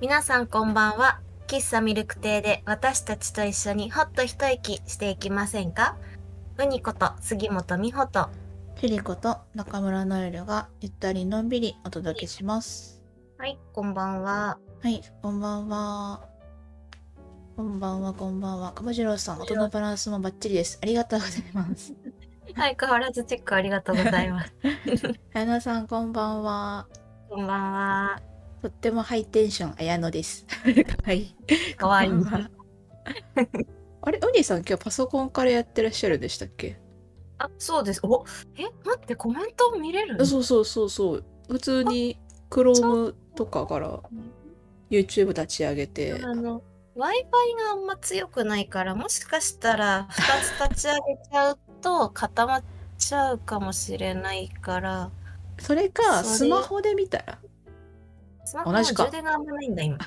皆さんこんばんは喫茶ミルク亭で私たちと一緒にほっと一息していきませんかうにこと杉本美穂とキリコと中村ノエルがゆったりのんびりお届けします。はいこんばんははい、こんばんは。こんばんは、こんばんは。かぶじろうさん、音のバランスもバッチリです。ありがとうございます。相変わらずチェックありがとうございます綾乃さん、こんばんは。 こんばんはとってもハイテンション、綾乃です。 はい。かわいいこんばんはあれ、ウニさん、今日パソコンからやってらっしゃるんでしたっけ、あそうですおえ待ってコメント見れるそうそうそうそう。普通に Chrome とかから YouTube 立ち上げて。あの Wi-Fi があんま強くないからもしかしたら2つ立ち上げちゃうと固まっちゃうかもしれないからそれか、それスマホで見たら。スマホも同じか充電があんまないんだ 今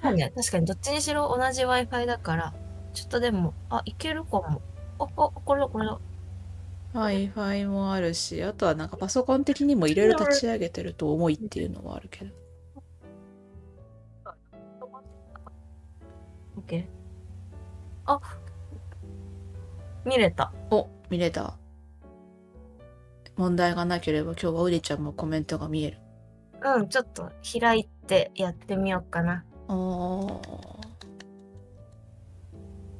そうね確かにどっちにしろ同じ Wi-Fi だからちょっとでもあいけるかもああこれだこれだ Wi-Fi もあるし、あとはなんかパソコン的にもいろいろ立ち上げてると重いっていうのはあるけど。 OK あ見れたお、見れた。問題がなければ今日はうりちゃんもコメントが見える。うんちょっと開いてやってみようかなおー。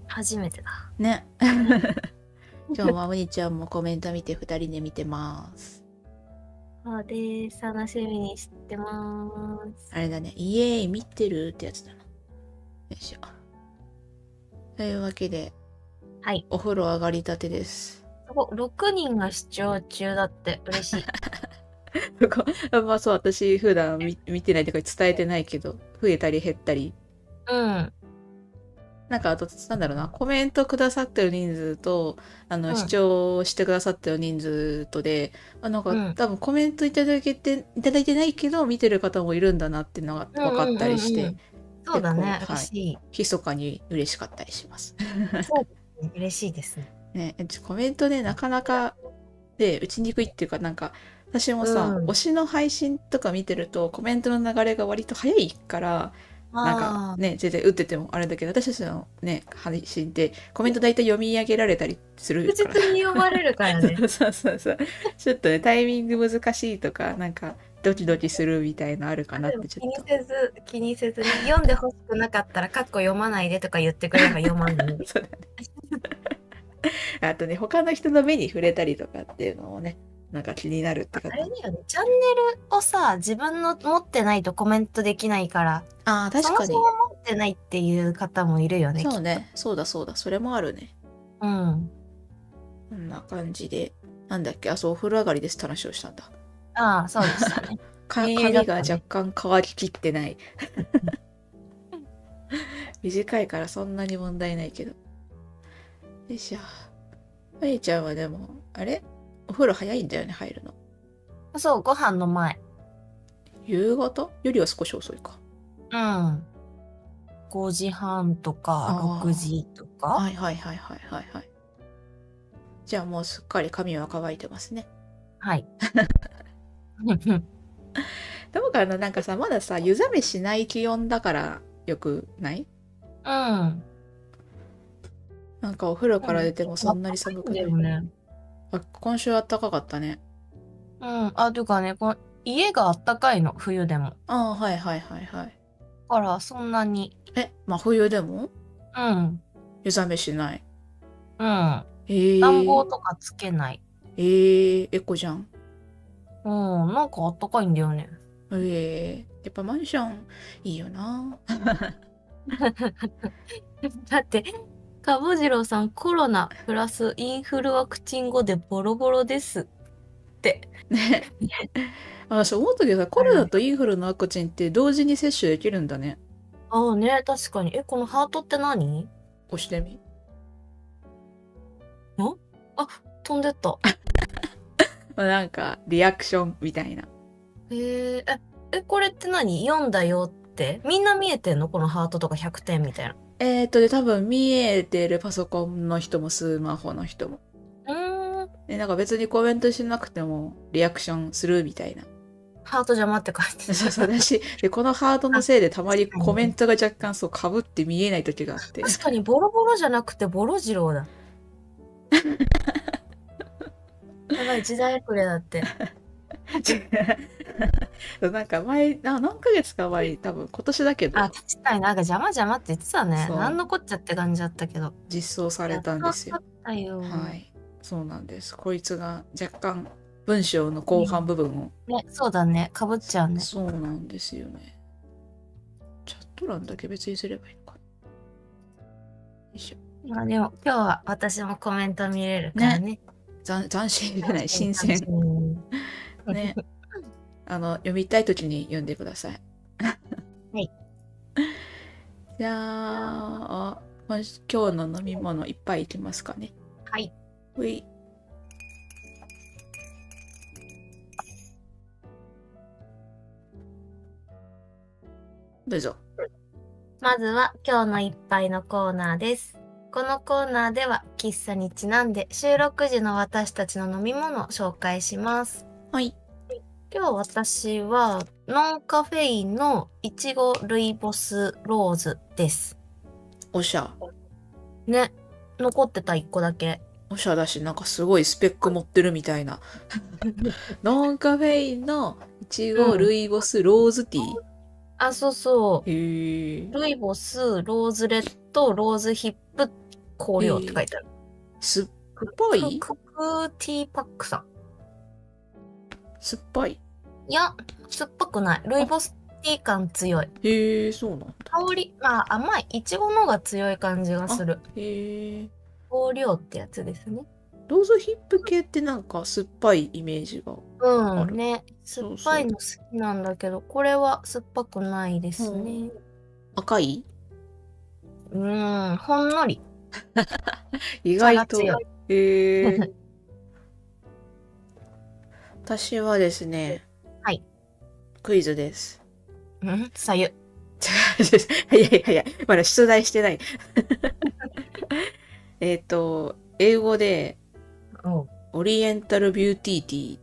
初めてだね。今日はうりちゃんもコメント見て二人で見てます。そうです楽しみにしてますあれだね。イエーイ見てるってやつだな。よいしょ。というわけで、はいお風呂上がりたてです。お6人が視聴中だって嬉 しいとか まあそう私普段見見てないとか伝えてないけど増えたり減ったりうんなんかあとなんだろうなコメントくださってる人数とあの、うん視聴してくださってる人数とであなんか、うん多分コメントいただけていただいてないけど見てる方もいるんだなっていうのが分かったりして、うんうんうんうんそうだね結嬉構はいしい密かに嬉しかったりします。そうですね嬉しいですねねうちコメントねなかなかで打ちにくいっていうかなんか私もさ、うん推しの配信とか見てるとコメントの流れが割と早いから。なんかね全然打っててもあれだけど私たちのね配信ってコメント大体読み上げられたりする確から実に読まれるからね。 そうそうそうちょっとねタイミング難しいとかなんかドキドキするみたいのあるかなっでもて気ちょにっと。せず気にせずに読んでほしくなかったら「かっこ読まないで」とか言ってくれれば読まないそうだね、 あとね他の人の目に触れたりとかっていうのもねなんか気になるって あ方れだよねチャンネルをさ自分の持ってないとコメントできないからあー確かにそもそも持ってないっていう方もいるよね。そうねそうだそうだそれもあるねうん、こんな感じでなんだっけあそうお風呂上がりですって話をしたんだああそうでしたね。 かえー髪だっがたね若干乾ききってない 短いからそんなに問題ないけどよいしょあゆちゃんはでもあれお風呂早いんだよね入るのそうご飯の前。夕方よりは少し遅いかうん5時半とかあー6時とかはいはいはいはいはいはいじゃあもうすっかり髪は乾いてますね はい。どうかななんかさまださ湯冷めしない気温だからよくないうん。なんかお風呂から出てもそんなに寒くない、でもね。あ今週暖かかったねうん。あ、ていうかね、この家があったかいの、冬でも。ああはいはいはいはいだから、そんなに。え、真冬でもうん。湯冷めしない。うん。えー、暖房とかつけない。えー、エコじゃん。うん。なんかあったかいんだよね。えー、やっぱマンションいいよな。だって、かぼじろうさん、コロナプラスインフルワクチン後でボロボロですって。ね。あ、そう思ったけどさ、コロナとインフルのワクチンって同時に接種できるんだね。ああね、確かに。え、このハートって何押してみ。飛んでった。まあ、なんか、リアクションみたいな。へええ、え、これって何読んだよって。みんな見えてんのこのハートとか100点みたいな。えー、っとで、多分見えてるパソコンの人もスマホの人も。うーん。でなんか別にコメントしなくてもリアクションするみたいな。 ハート邪魔って書いてそうそうだしでこのハートのせいでたまにコメントが若干そうかぶって見えない時があってた。確かにボロボロじゃなくてボロ次郎だ。やばい、時代遅れだって。 違うなんか前な何ヶ月か前に多分今年だけどあ、確かになんか邪魔邪魔って言ってたね。そうなんのこっちゃって感じだったけど。実装されたんですよやっ。とわかったよ。はい、そうなんです。こいつが若干文章の後半部分を、ね、そうだね。かぶっちゃうね。そうなんですよね。チャット欄だけ別にすればいいのかな。よいしょ。まあでも今日は私もコメント見れるからね。斬斬新じゃない新鮮楽し。み。ね。あの読みたい時に読んでください。 はい。じゃあ今し今日の飲み物いっぱいいきますかね。はい。ほい。どうぞ。まずは今日の一杯のコーナーです。このコーナーでは喫茶にちなんで収録時の私たちの飲み物を紹介します。はい。今日私はノンカフェインのいちごルイボスローズです。おしゃ。ね。残ってた1個だけ。おしゃだし、なんかすごいスペック持ってるみたい な。ノンカフェインのいちごルイボスローズティあ、そうそう。ー。へえ。ルイボス、ローズレッド、ローズヒップ、香料って書いてある。酸っぱいククックティーパックさん。酸っぱい。いや、酸っぱくない。ルイボスティー感強い。へえ、そうなんだ。香り、まあ甘い。いちごの方が強い感じがする。へえ。香料ってやつですね。ローズヒップ系ってなんか酸っぱいイメージが。うあん、るね。酸っぱいの好きなんだけど、これは酸っぱくないですね。赤いうん、ほんのり。意外と差が強い。へえ。 私はですね。はい。クイズです。 うん、さゆ。早い早い。まだ出題してない。 えっと、英語で、おオリエンタルビューティーティー。い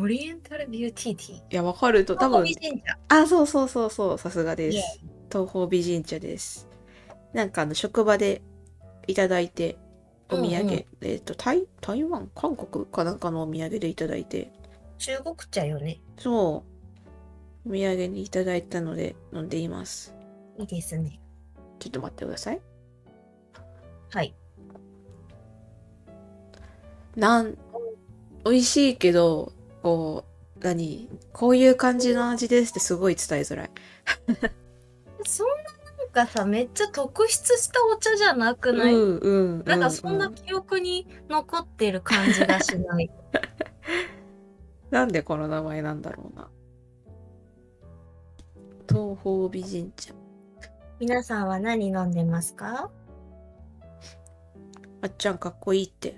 オリエンタルビューティーティー。や、わかると多分。神社。あ、そうそうそうそう、さすがでイエす。東方美人茶です。なんかあの職場でいただいてお土産、うんうんえっ、と台台湾韓国かなんかのお土産でいただいて、中国茶よね。そうお土産にいただいたので飲んでいます。いいですね。ちょっと待ってください。はい。なん美味しいけどこう何こういう感じの味ですってすごい伝えづらい。そんななんかさ、めっちゃ特筆したお茶じゃなくうんない、うんうなんかそんなう記憶に残ってる感じがし ない。なんでこの名前なんだろうな。東方美人茶。皆さんは何飲んでますかあっちゃんかっこいいって。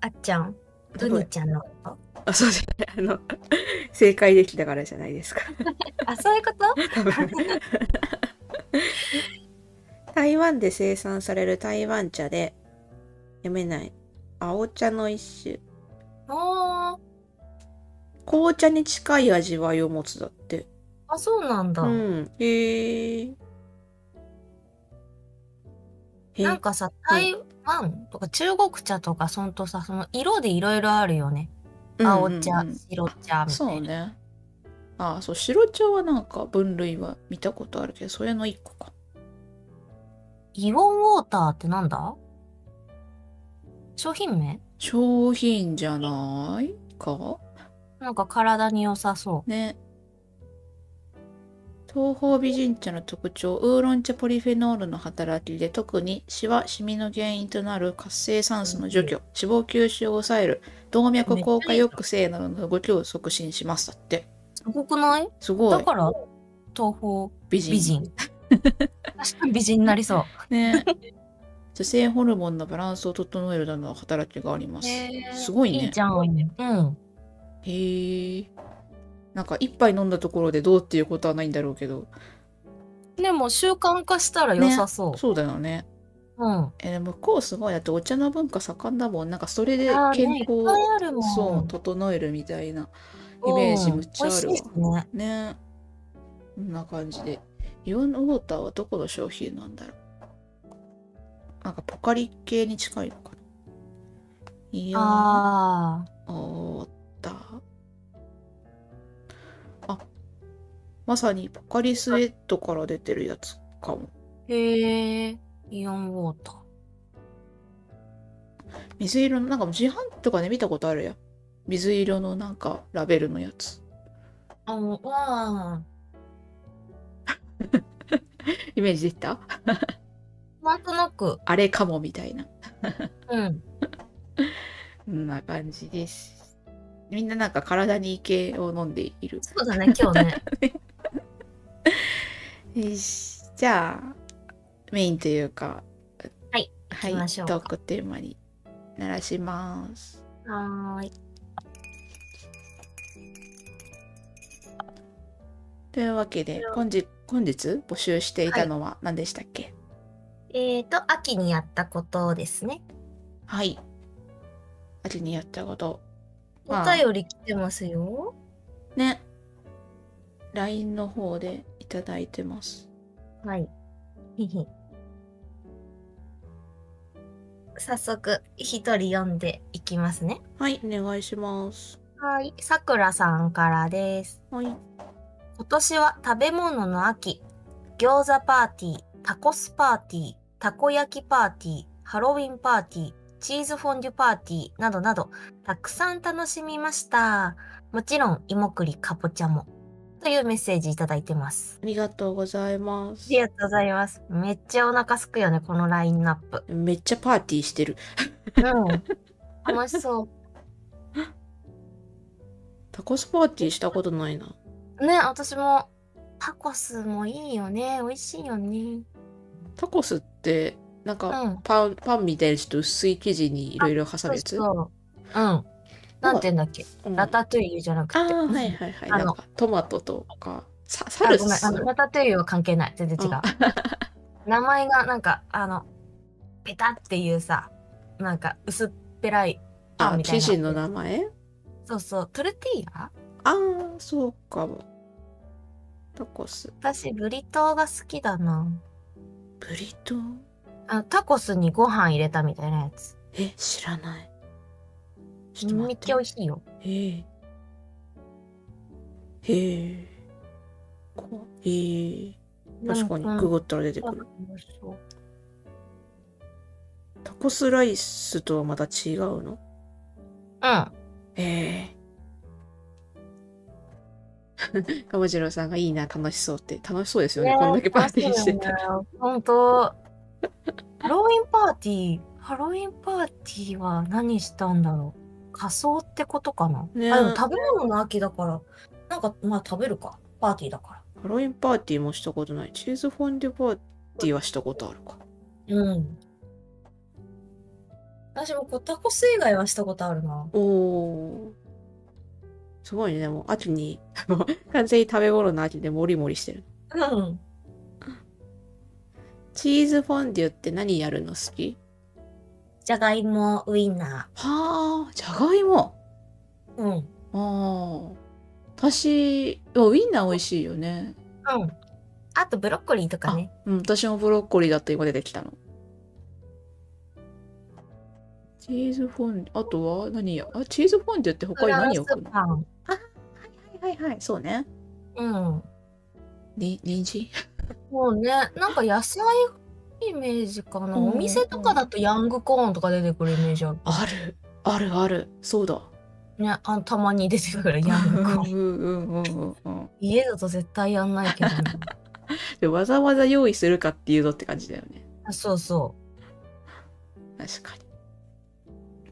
あっちゃん、うにちゃんのこと。あ、そうですね。あの、 正解できたからじゃないですか。あ、そういうこと 多分 台湾で生産される台湾茶で、読めない。青茶の一種。あー紅茶に近い味わいを持つだって。あ、そうなんだ。うん。へーへなんかさ、台湾とか中国茶とか、そんとさ、その色でいろいろあるよね。青茶、うんうんうん白茶みたいな。そうね。ああ、そう、白茶はなんか分類は見たことあるけど、それの一個か。イオンウォーターってなんだ商品名商品じゃないかなんか体に良さそう。ね。東方美人茶の特徴、ウーロン茶ポリフェノールの働きで、特にシワ、シミの原因となる活性酸素の除去、脂肪吸収を抑える、動脈硬化抑制などの動きを促進します。だって。すごくないすごだい。から、東方美人。美 人。確かに美人になりそね。 女性ホルモンのバランスを整えるなどの働きがありまう。す。すごいね。いいじゃん。うん。へえ。なんか一杯飲んだところでどうっていうことはないんだろうけど、でも習慣化したら良さそう。そうだよね。うん。えー向こうすごいだってお茶の文化盛んだもん。なんかそれであーね健康いっぱいあるもんそう整えるみたいなイメージむっちゃあるわうん美味しいですね。ねこんな感じでイオンウォーターはどこの商品なんだろうなんかポカリ系に近いのかなイオンああ。ウォーターあまさにポカリスエットから出てるやつかもへえ。イオンウォーター。水色のなんか自販とかで見たことあるやん水色のなんかラベルのやつあの、うん。イメージできたなんとなく。あれかもみたいなうん。そんな感じです。みんななんか体にいい系を飲んでいる。そうだね、今日ね。よしじゃあ、メインというか、はい、は行きまい、しょうトークテーマに鳴らします。はーい。というわけで、本日、本日募集していたのは何でしたっけえーと、秋にやったことですね。はい。秋にやったこと。おまあ便り来てますよ。ね。LINE の方でいただいてます。はい。ひひ。早速、一人読んでいきますね。はい、お願いします。はい。さくらさんからです。はい。今年は食べ物の秋。餃子パーティー、タコスパーティー、たこ焼きパーティー、ハロウィンパーティー、チーズフォンデュパーティーなどなど、たくさん楽しみました。もちろん、芋栗、かぼちゃも。というメッセージいただいてます。ありがとうございますあり。がとうございます。めっちゃお腹すくよね、このラインナップ。めっちゃパーティーしてる。うん。 楽しそタコスパーティーしたことないな。う。ね、私も、タコスもいいよね。美味しいよね。タコスってなんうかん。パンパンみたいなちょっと薄い生地にいろいろ挟そむうやつ。そう。うん。なんて言うんだっけうんラタトゥイユじゃなくて。あーはいはいはい。あなのんかトマトとかさサあルごめん、スあの、ラタトゥイユは関係ない。全然違う。名前がなんか、あの、ペタっていうさ、なんか薄っぺらい。ああみたい生な地の名前？そうそう、トルティーヤああそうかも。タコス私、ブリトーが好きだな。ブリトー？あのタコスにご飯入れたみたいなやつ。え知らない。ちょっとめ待っっちてゃ美。味しいよ。へえ。へえ。こへえ。確かにうんググったら出てくる。タコスライスとはまた違うのうん。え え鴨次郎さんがいいな、楽しそうって。楽しそうですよね、こんだけパーティーしてたら。ら。本当。ハロウィンパーティー、ハロウィンパーティーは何したんだろう。仮装ってことかな。ねあでも食べ物の秋だから、なんかまあ食べるか。パーティーだかハロウィンパーティーもしたことない。チーズフォンデュパーティーはしたことあるか。ら。うん。私もこうタコス以外はしたことあるな。おお。すごいね、でも秋に、 もう完全に食べ頃の秋でモリモリしてる。うん。チーズフォンデュって何やるの好きじゃがいもウインナはあ、じゃがいも。ー。うん。うん。ああ。私、あウインナー美味しいよね。あとブロッコリーとかね。うん、私もブロッコリーだって今出てきたの。チーズフォンデュ、あとは何やあ、チーズフォンデュって他に何をフラ置ンスくのパン。はいはいはい、そうね。うん。に、人参もうね、なんか野菜イメージかな。うんお店とかだとヤングコーンとか出てくるイメージある。ある、あるある、そうだ。ね、あのたまに出て くるうヤングコーン。んうんうんうんうん。家だと絶対やんないけど、ね、 でわざわざ用意するかっていうのって感じだよね。あそうそ 確かに。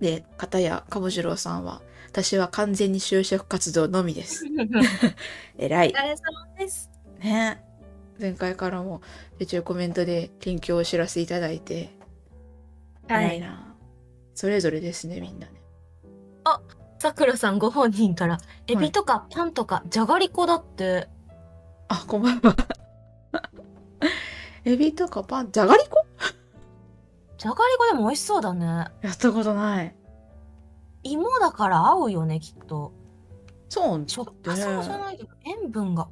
で、片や鴨次郎さんは、私は完全に就職活動のみで う。す。お疲偉い。れ様です。ね前回からも一応コメントで近況をお知らせいただいては偉いい。なそれぞれですねみんなねさくらさんご本人から、エビとかパンとかじゃがりこだって。あこんばんは エビとかパンじゃがりこじゃがりこでも美味しそうだね。やったことない芋だから合うよね、きっと。そうなんです食ねかすじゃないけど塩分が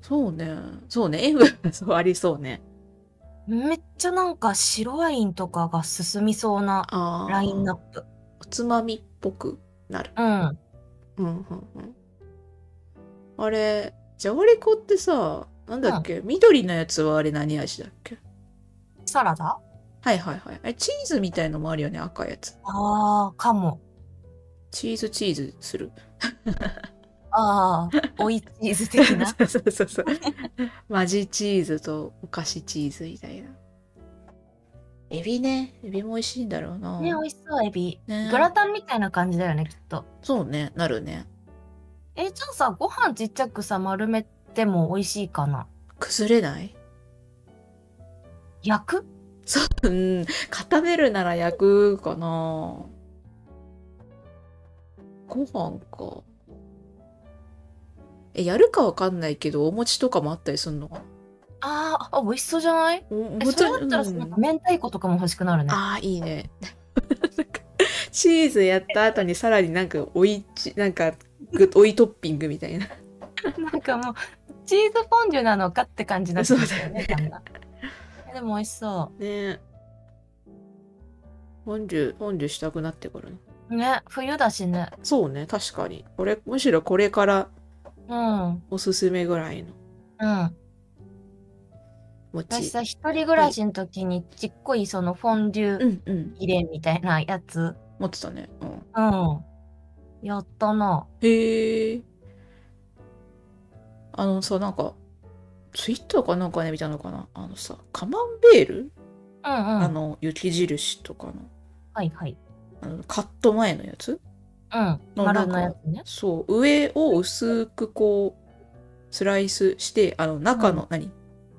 そうね。そうね。 塩分がそうありそうね。めっちゃなんか白ワインとかが進みそうなあラインナッップ。プおつまみっぽくなる。うんうんうんうん。あれ、じゃがりこってさ、なんだっけ、緑のやつはあれ何味だっけサラダはいはいはい。あれ、チーズみたいのもあるよね、赤いやつ。あーかもチーズチーズする。ああ追いチーズ 的な そうそうそうそう。マジチーズとお菓子チーズみたいな。エビね。エビも美味しいんだろうな。ね美味しそうエビねグラタンみたいな感じだよねきっとそうね、なるね。えじゃあさご飯ちっちゃくさ丸めても美味しいかな崩れない焼くうん、固めるなら焼くかな。ご飯か。え、やるかわかんないけど、お餅とかもあったりするのかなあーあ美味しそうじゃないおおえそれだったらうさんなんか明太子とかも欲しくなるねああ、いいね。なんかチーズやった後にさらになんかおいち、なんか、ぐおいトッピングみたいな。なんかもうチーズフォンデュなのかって感じになって きたよねそうだだんよねだんえでも美味しそ ねフォンデュ、フォンデュしたくなってくるなうね冬だしねそうね、確かに。これ、むしろこれからうんうんおすすめぐらいの私餅。さ一人暮らしの時にちっこいそのフォンデうュんうん。入れみたいなやつ持ってたね。うん。うんやったなへえ。あのさ、なんか、ツイッターかなんかで見たのかなあのさ、カマンベール、うんあうんの、雪印とかの、はいはいあのカット前のやつうんの丸のやつねそう、上を薄くこう、スライスして、あの、中の、何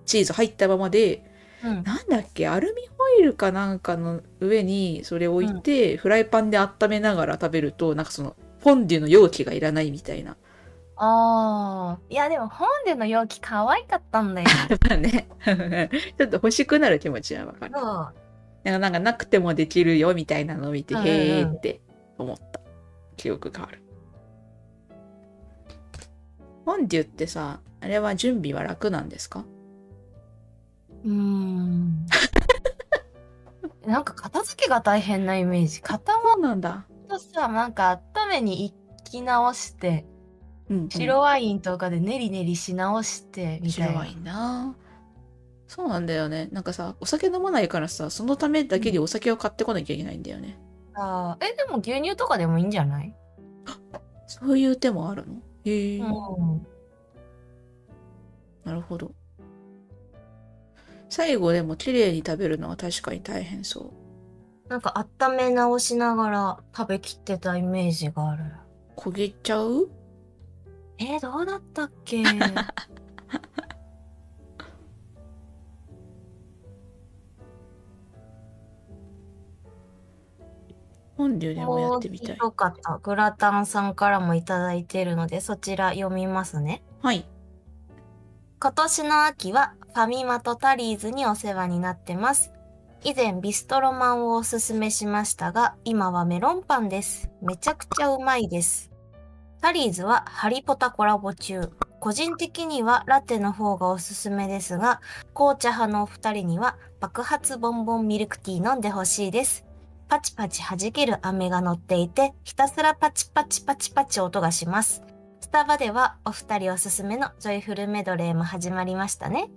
チーズ入ったままで、うんなんだっけ、アルミホイルかなんかの上にそれを置いて、フライパンで温めながら食べると、なんかその、フォンデュの容器がいらないみたいな。ああいやでもフォンデュの容器可愛かった んだよまあね。ちょっと欲しくなる気持ちはわかる。そうなんかなんかなくてもできるよみたいなのを見て、うんうんうんへーって思った記憶がある。フォンデュってさ、あれは準備は楽なんですかうーんなんか片付けが大変なイメージ固まそうなんだ。っとさなんか温めに行き直してうんうん白ワインとかでねりねりし直してみたい白な、ワインな。そうなんだよね。なんかさ、お酒飲まないからさ、そのためだけにお酒を買ってこなきゃいけないんだよね。あーえでも牛乳とかでもいいんじゃない、そういう手もあるのへーうん、なるほど。最後でも綺麗に食べるのは確かに大変そう。なんか温め直しながら食べきってたイメージがある焦げちゃうえーどうだったっ け本流でもやってみたいひ。どかったグラタンさんからもいただいてるのでそちら読みますねはい。今年の秋はファミマとタリーズにお世話になってます。以前ビストロマンをおすすめしましたが、今はメロンパンです。めちゃくちゃうまいです。タリーズはハリポタコラボ中。個人的にはラテの方がおすすめですが、紅茶派のお二人には爆発ボンボンミルクティー飲んでほしいです。パチパチ弾ける飴が乗っていて、ひたすらパチパチパチパチ音がします。スタバではお二人おすすめのジョイフルメドレーも始まりましたね。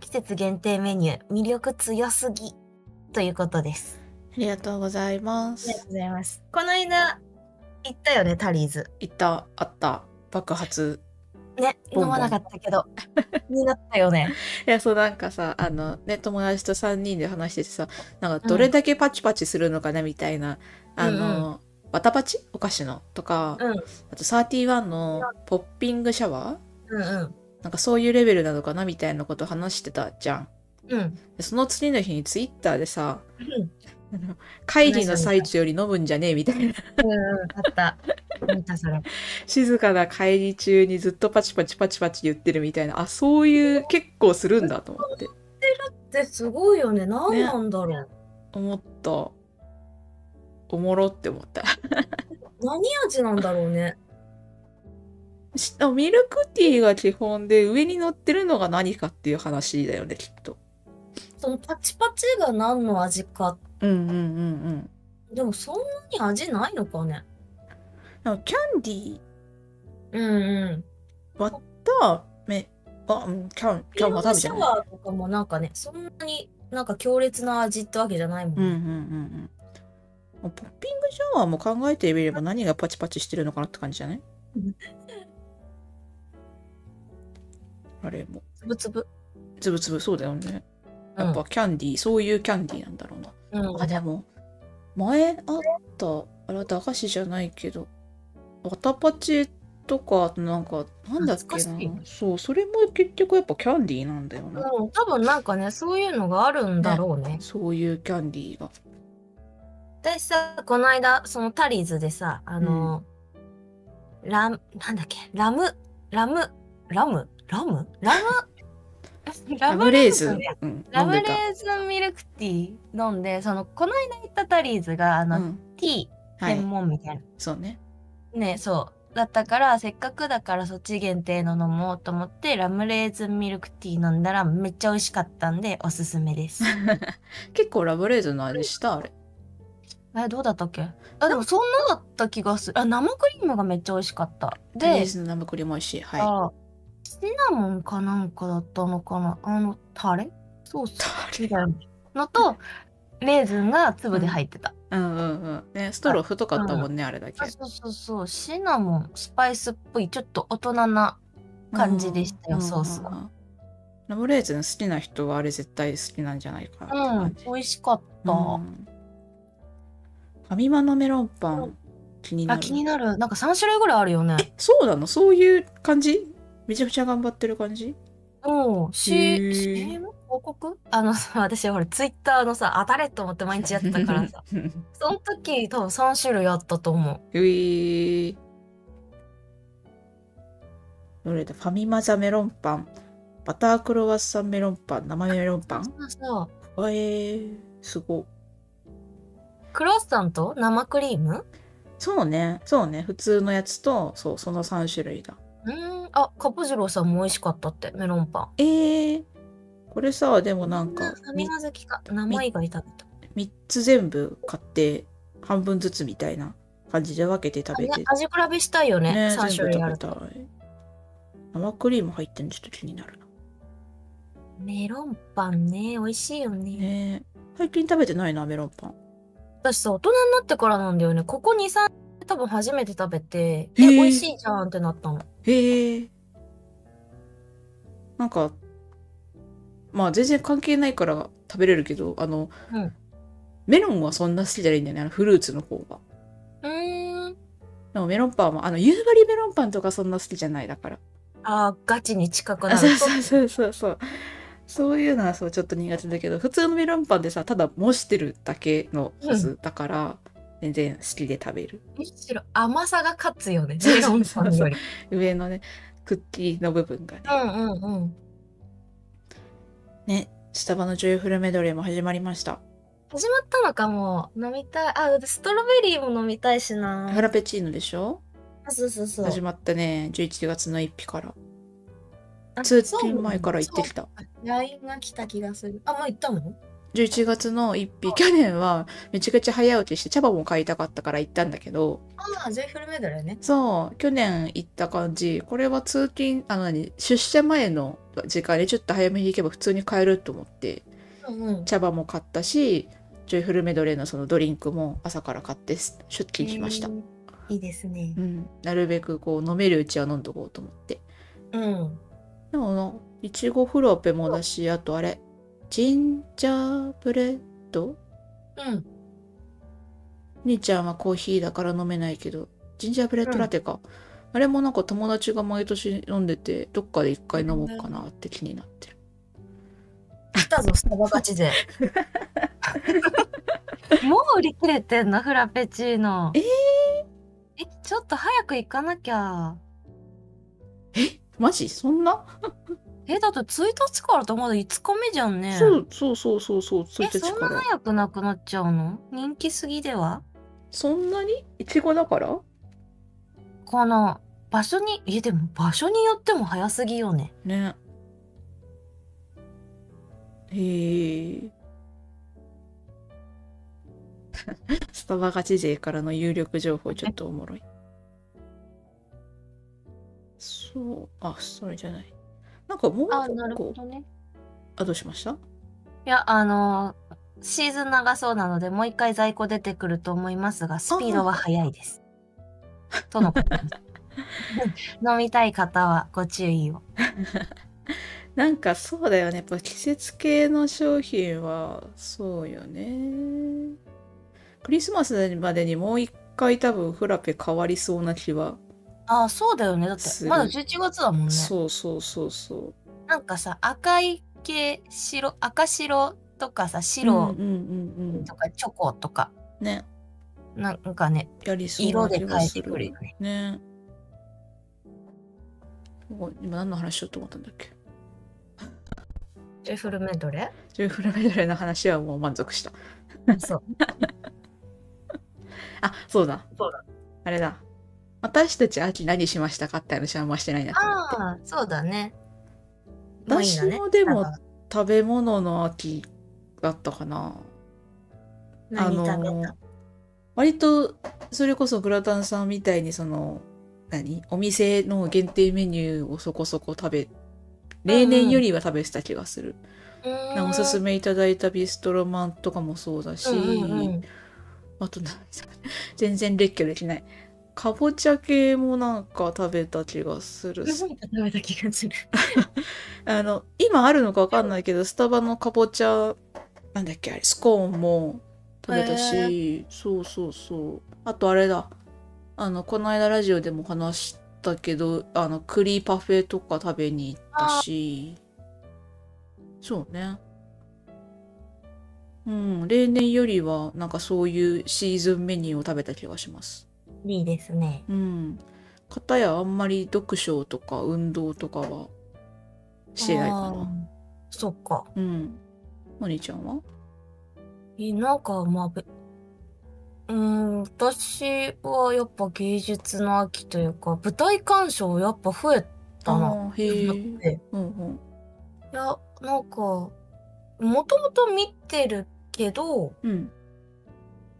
季節限定メニュー、魅力強すぎということです。ありがとうございあまりがとうす。ございます。この間、行ったよね、タリーズ。いった、あった、爆発。ね、ボンボン飲まなかったけど、になったよね。いや、そうなんかさ、あのね、友達と3人で話しててさ、なんかどれだけパチパチするのかなみたいな、あの、バタパチお菓子のとか、うんあと31のポッピングシャワーうんうん。なんかそういうレベルなのかなみたいなこと話してたじゃん。うん。でその次の日にツイッターでさ、うんあの会議の最中より飲むんじゃねえみたい うな。ん、あった。見た、それ。静かな会議中にずっとパチパチパチパチ言ってるみたいな。あ、そういう結構するんだと思って。ですごいよね。なんなんだろう。思った。おもろって思った。何味なんだろうね。しあミルクティーが基本で上に乗ってるのが何かっていう話だよねきっと。そのパチパチが何の味か。うんうんうんうん。でもそんなに味ないのかね。でもキャンディーうんうん。とめあうんキャンキャンは食べシてャない。ワーとかもなんかね、そんなになんか強烈な味ってわけじゃないもんうんうんね。うんうん。ポッピングシャワーも考えてみれば何がパチパチしてるのかなって感じじゃないうんあれもつぶつぶ。つぶつぶそうだよね。うんやっぱキャンディー、そういうキャンディーなんだろうな。うんあでも前あったあれは駄菓子じゃないけどわたパチとかあとなんかなんだっけ懐かしいなそうそれも結局やっぱキャンディーなんだよな、うん、多分なんかね、そういうのがあるんだろうね。そういうキャンディーが私さ、この間、そのタリーズでさ、あの、ラム、なんだっけ、ラム、ラム、ラム、ラム、ラム、 ラムレーズランム、うん、ラ飲んムレでたーズンミルクティー飲んで、その、この間行ったタリーズが、あうの、ん、ティーはい専門みたいな。そうねね、そう。だったから、せっかくだからそっち限定の飲もうと思って、ラムレーズンミルクティー飲んだらめっちゃ美味しかったんで、おすすめです。結構ラムレーズンの味したあれ え、どうだったっけあ、でもそんなだった気がする。あ、生クリームがめっちゃ美味しかった。ラムレでー、ズンの生クリーム美味しいはいあシナモンかなんかだったのかなあの、タレソースタみレたいなのと、レーズンが粒で入ってた。 うんうんうんねストロー太かったもんねあれだけあそうそうそう、シナモン、スパイスっぽい、ちょっと大人な。感じでしたようんソースはうんうんうんラムレーズン好きな人はあれ絶対好きなんじゃないかなってう感ん、じ、美味しかった。うんファミマのメロンパン気になあ、る気になる。なんか3種類ぐらいあるよね。そうなのそういう感じめちゃくちゃ頑張ってる感じうん、しへ CM? ー広告あのさ、私ほら、ツイッターのさ、当たれと思って毎日やってたからさ、 うその時多分3種類あったと思う。いどれだファミマザメロンパンバタークロワッサンメロンパン生メロンパンそうそう。えー、すごいクロワッサンと生クリームそうねそうね普通のやつとそうその3種類だうーん、あ、カポジローさんも美味しかったって、メロンパえー、これさでもン。なんかファミマ好きか。生以外食べた。 3つ全部買って半分ずつみたいな感じで分けて食べねて、味比べしたいよね。ね3全種部類あ食べるたと。い生クリーム入ってるのちょっと気になるなメロンパンね、美味しいよね。ね最近食べてないなメロンパン私さ、大人になってからなんだよね。ここ2、3三多分初めて食べて、へえ、ー美味しいじゃんってなったの。へえなんかまあ全然関係ないから食べれるけどあのうん。メロンはそんな好きじゃないんだよねあのフルーツの方がうーん。でもメロンパンはあの夕張メロンパンとかそんな好きじゃないだからあーガチに近くなある。そうそうそうそうそうそういうのはそうちょっと苦手だけど普通のメロンパンでさただ模してるだけのはず、だから全然好きで食べるむしろ甘さが勝つよね。そうメロそうンそパうンより。上のねクッキーの部分がね,、うんうんうん。ねスタバのジョイフルメドレーも始まりました始まったのかも。飲みたい。あ、だってストロベリーも飲みたいしな。ハラペチーノでしょそうそうそう。始まったね11月の1日からあ通勤前から行ってき。たそうそう LINE が来た気がする。あ、もう行ったの11月の1日去年はめちゃくちゃ早起きして茶葉も買いたかったから行ったんだけどああ、ジョイフルメドレーね。そう去年行った感じこれは通勤あの何出社前の時間でちょっと早めに行けば普通に買えると思ってうんうん。茶葉も買ったしジョイフルメドレーのそのドリンクも朝から買って出勤しました、えーいいですねう。ん、なるべくこう飲めるうちは飲んどこうと思ってうん。でもあのいちごフローペもだしあとあれジンジャーブレッドうん。兄ちゃんはコーヒーだから飲めないけどジンジャーブレッドラテか、あれもなんか友達が毎年飲んでてどっかで一回飲もうかなって気になってる来たぞ、スタバ勝ち で。もう売り切れてんの、フラペチーノ。ええ、ちょっと早く行かなきゃ。えマジそんな、え、だと1日からとまだ5日目じゃんね。そうそうそうそうそうえ、 1日そんかなら早くなくなっちゃうの人気すぎではそんなにいちごだからこの場所にえでも場所によっても早すぎよねねへえ スタバガチ勢からの有力情報ちょっとおもろいそうあそれじゃないなんかもうあなる一ほ個どねあどうしましたいやあのシーズン長そうなのでもう一回在庫出てくると思いますがスピードは速い ですとのことです飲みたい方はご注意をなんかそうだよね。やっぱ季節系の商品はそうよね。クリスマスまでにもう一回多分フラペ変わりそうな気は。ああそうだよねだってするまだ11月だもんねそうそうそうそう。なんかさ赤い系白赤白とかさうんう白んうんうんと。かチョコとか、ね。なんかねやりそう色なで気変がえすてる。くるよねね。お今何の話しようと思ったんだっけジョイフルメドレジョイフルメドレーの話はもう満足した。ーそうあ、そうだ。そうだ。あれだ。私たち秋何しましたかって話はあんましてないなと思って。 ああそうだねもういい私のねもでもなんか食べ物の秋だったかな。何食べた、の割とそれこそグラタンさんみたいにその何お店の限定メニューをそこそこ食べ例年よりは食べてた気がする、うーんおすすめいただいたビストロマンとかもそうだし、うんうんうんあと何全然列挙できないかぼちゃ系もなんか食べた気がす る食べた気がする。あの今あるのかわかんないけどスタバのかぼちゃなんだっけあれスコーンも食べたし、へそうそうそうあとあれだあのこの間ラジオでも話したけどあの栗パフェとか食べに行ったしそうねうん例年よりはなんかそういうシーズンメニューを食べた気がしますいいですね。うん。かたやあんまり読書とか運動とかはしてないかあーな。。そっか。うん。のりちゃんはえ、なんか、まあ、べうーん、私はやっぱ芸術の秋というか、舞台鑑賞やっぱ増えたな。あーへえ。でうんうん。いや、なんか、もともと見てるけど、うん。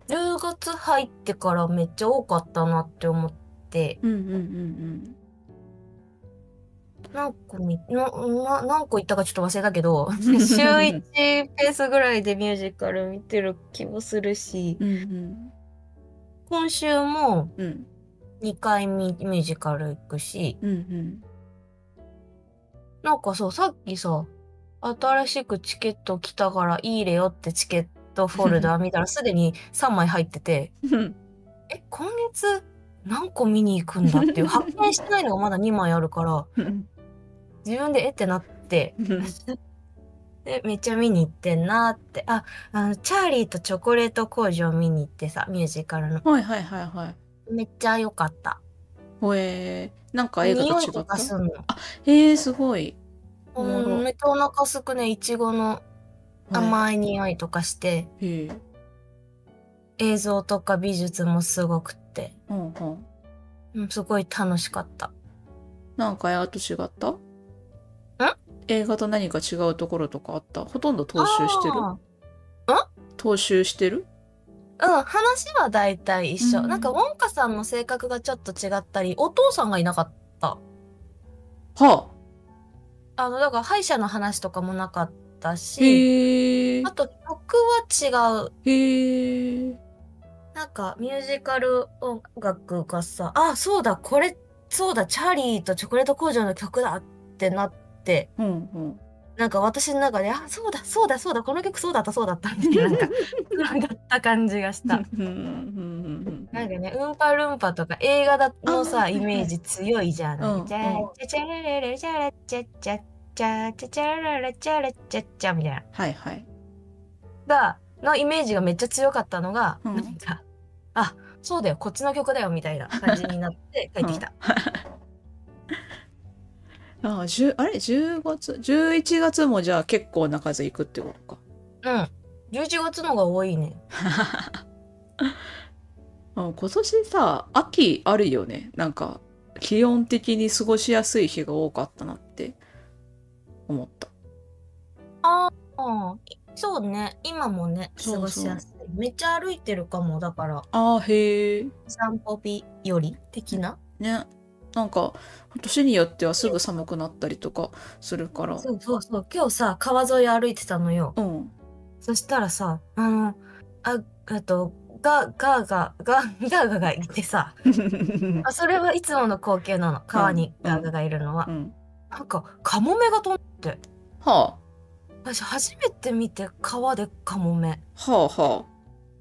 10月入ってからめっちゃ多かったなって思って、うんうんうん何個み、な、な何個行ったかちょっと忘れたけど、週1ペースぐらいでミュージカル見てる気もするしうん。う、ん今週もうん。うん2回ミミュージカル行くし、うんうん。なんかそう、さっきさ、新しくチケット来たからいいれよってチケットフォルダー見たらすでに3枚入ってて、うんえ、今月何個見に行くんだっていう発見してないのがまだ2枚あるから、うん自分でえってなって、うんで、めっちゃ見に行ってんなって、あ、あの、チャーリーとチョコレート工場見に行ってさ、ミュージカルの。はいはいはいはい。めっちゃ良かった。ほえー。なんか映画匂とい違とっかすたんの。えー、すごい。おもうろん、めっちゃお腹すくね、いちごの甘い匂いとかして、い。へえ。映像とか美術もすごくって、うんうん。うん、すごい楽しかった。なんか映画と違ったん映画と何か違うところとかあったほとんど踏襲してるあ踏襲してるーうん、話は大体一緒。うんなんか、ウォンカさんの性格がちょっと違ったり、お父さんがいなかった。はあの、だから、歯医者の話とかもなかったあ、し、へえあと、曲は違う。へえなんか、ミュージカル音楽がさ、あ、そうだ、これ、そうだ、チャーリーとチョコレート工場の曲だってなって、うんうんなんか私の中で、あ、そうだ、そうだ、そうだ、この曲そうだった、そうだったって、なんか、なんかった感じがした。うんうんなんかね、ウンパルンパとか映画だのあさ、ーイメージ強いじゃうんうない。んじゃあ、ちゃちゃららら、ちゃらちゃちゃちゃ、ちゃちゃらら、ちゃらちゃちゃみたいな。はいはいが、のイメージがめっちゃ強かったのが、うんなんか、あ、そうだよ、こっちの曲だよ、みたいな感じになって帰ってきた。ああ10あれ10月11月もじゃあ結構な数いくってことかうん。11月のが多いね。うん、今年さ秋あるよねなんか気温的に過ごしやすい日が多かったなって思ったああ、そうね。今もね、そう過そうごしやすい。めっちゃ歩いてるかも。だから、あーへえ散歩日より的な。ねなんか年によってはすぐ寒くなったりとかするからそうそうそう。今日さ、川沿い歩いてたのよ。 うんそしたらさ、あの、あ、えっと、ガガーガーガーガーガーがいてさ、あそれはいつもの光景なの。川にうんガーガーがいるのはう。んなんか、カモメが飛んは私初めて見て川でカモメ。あはあは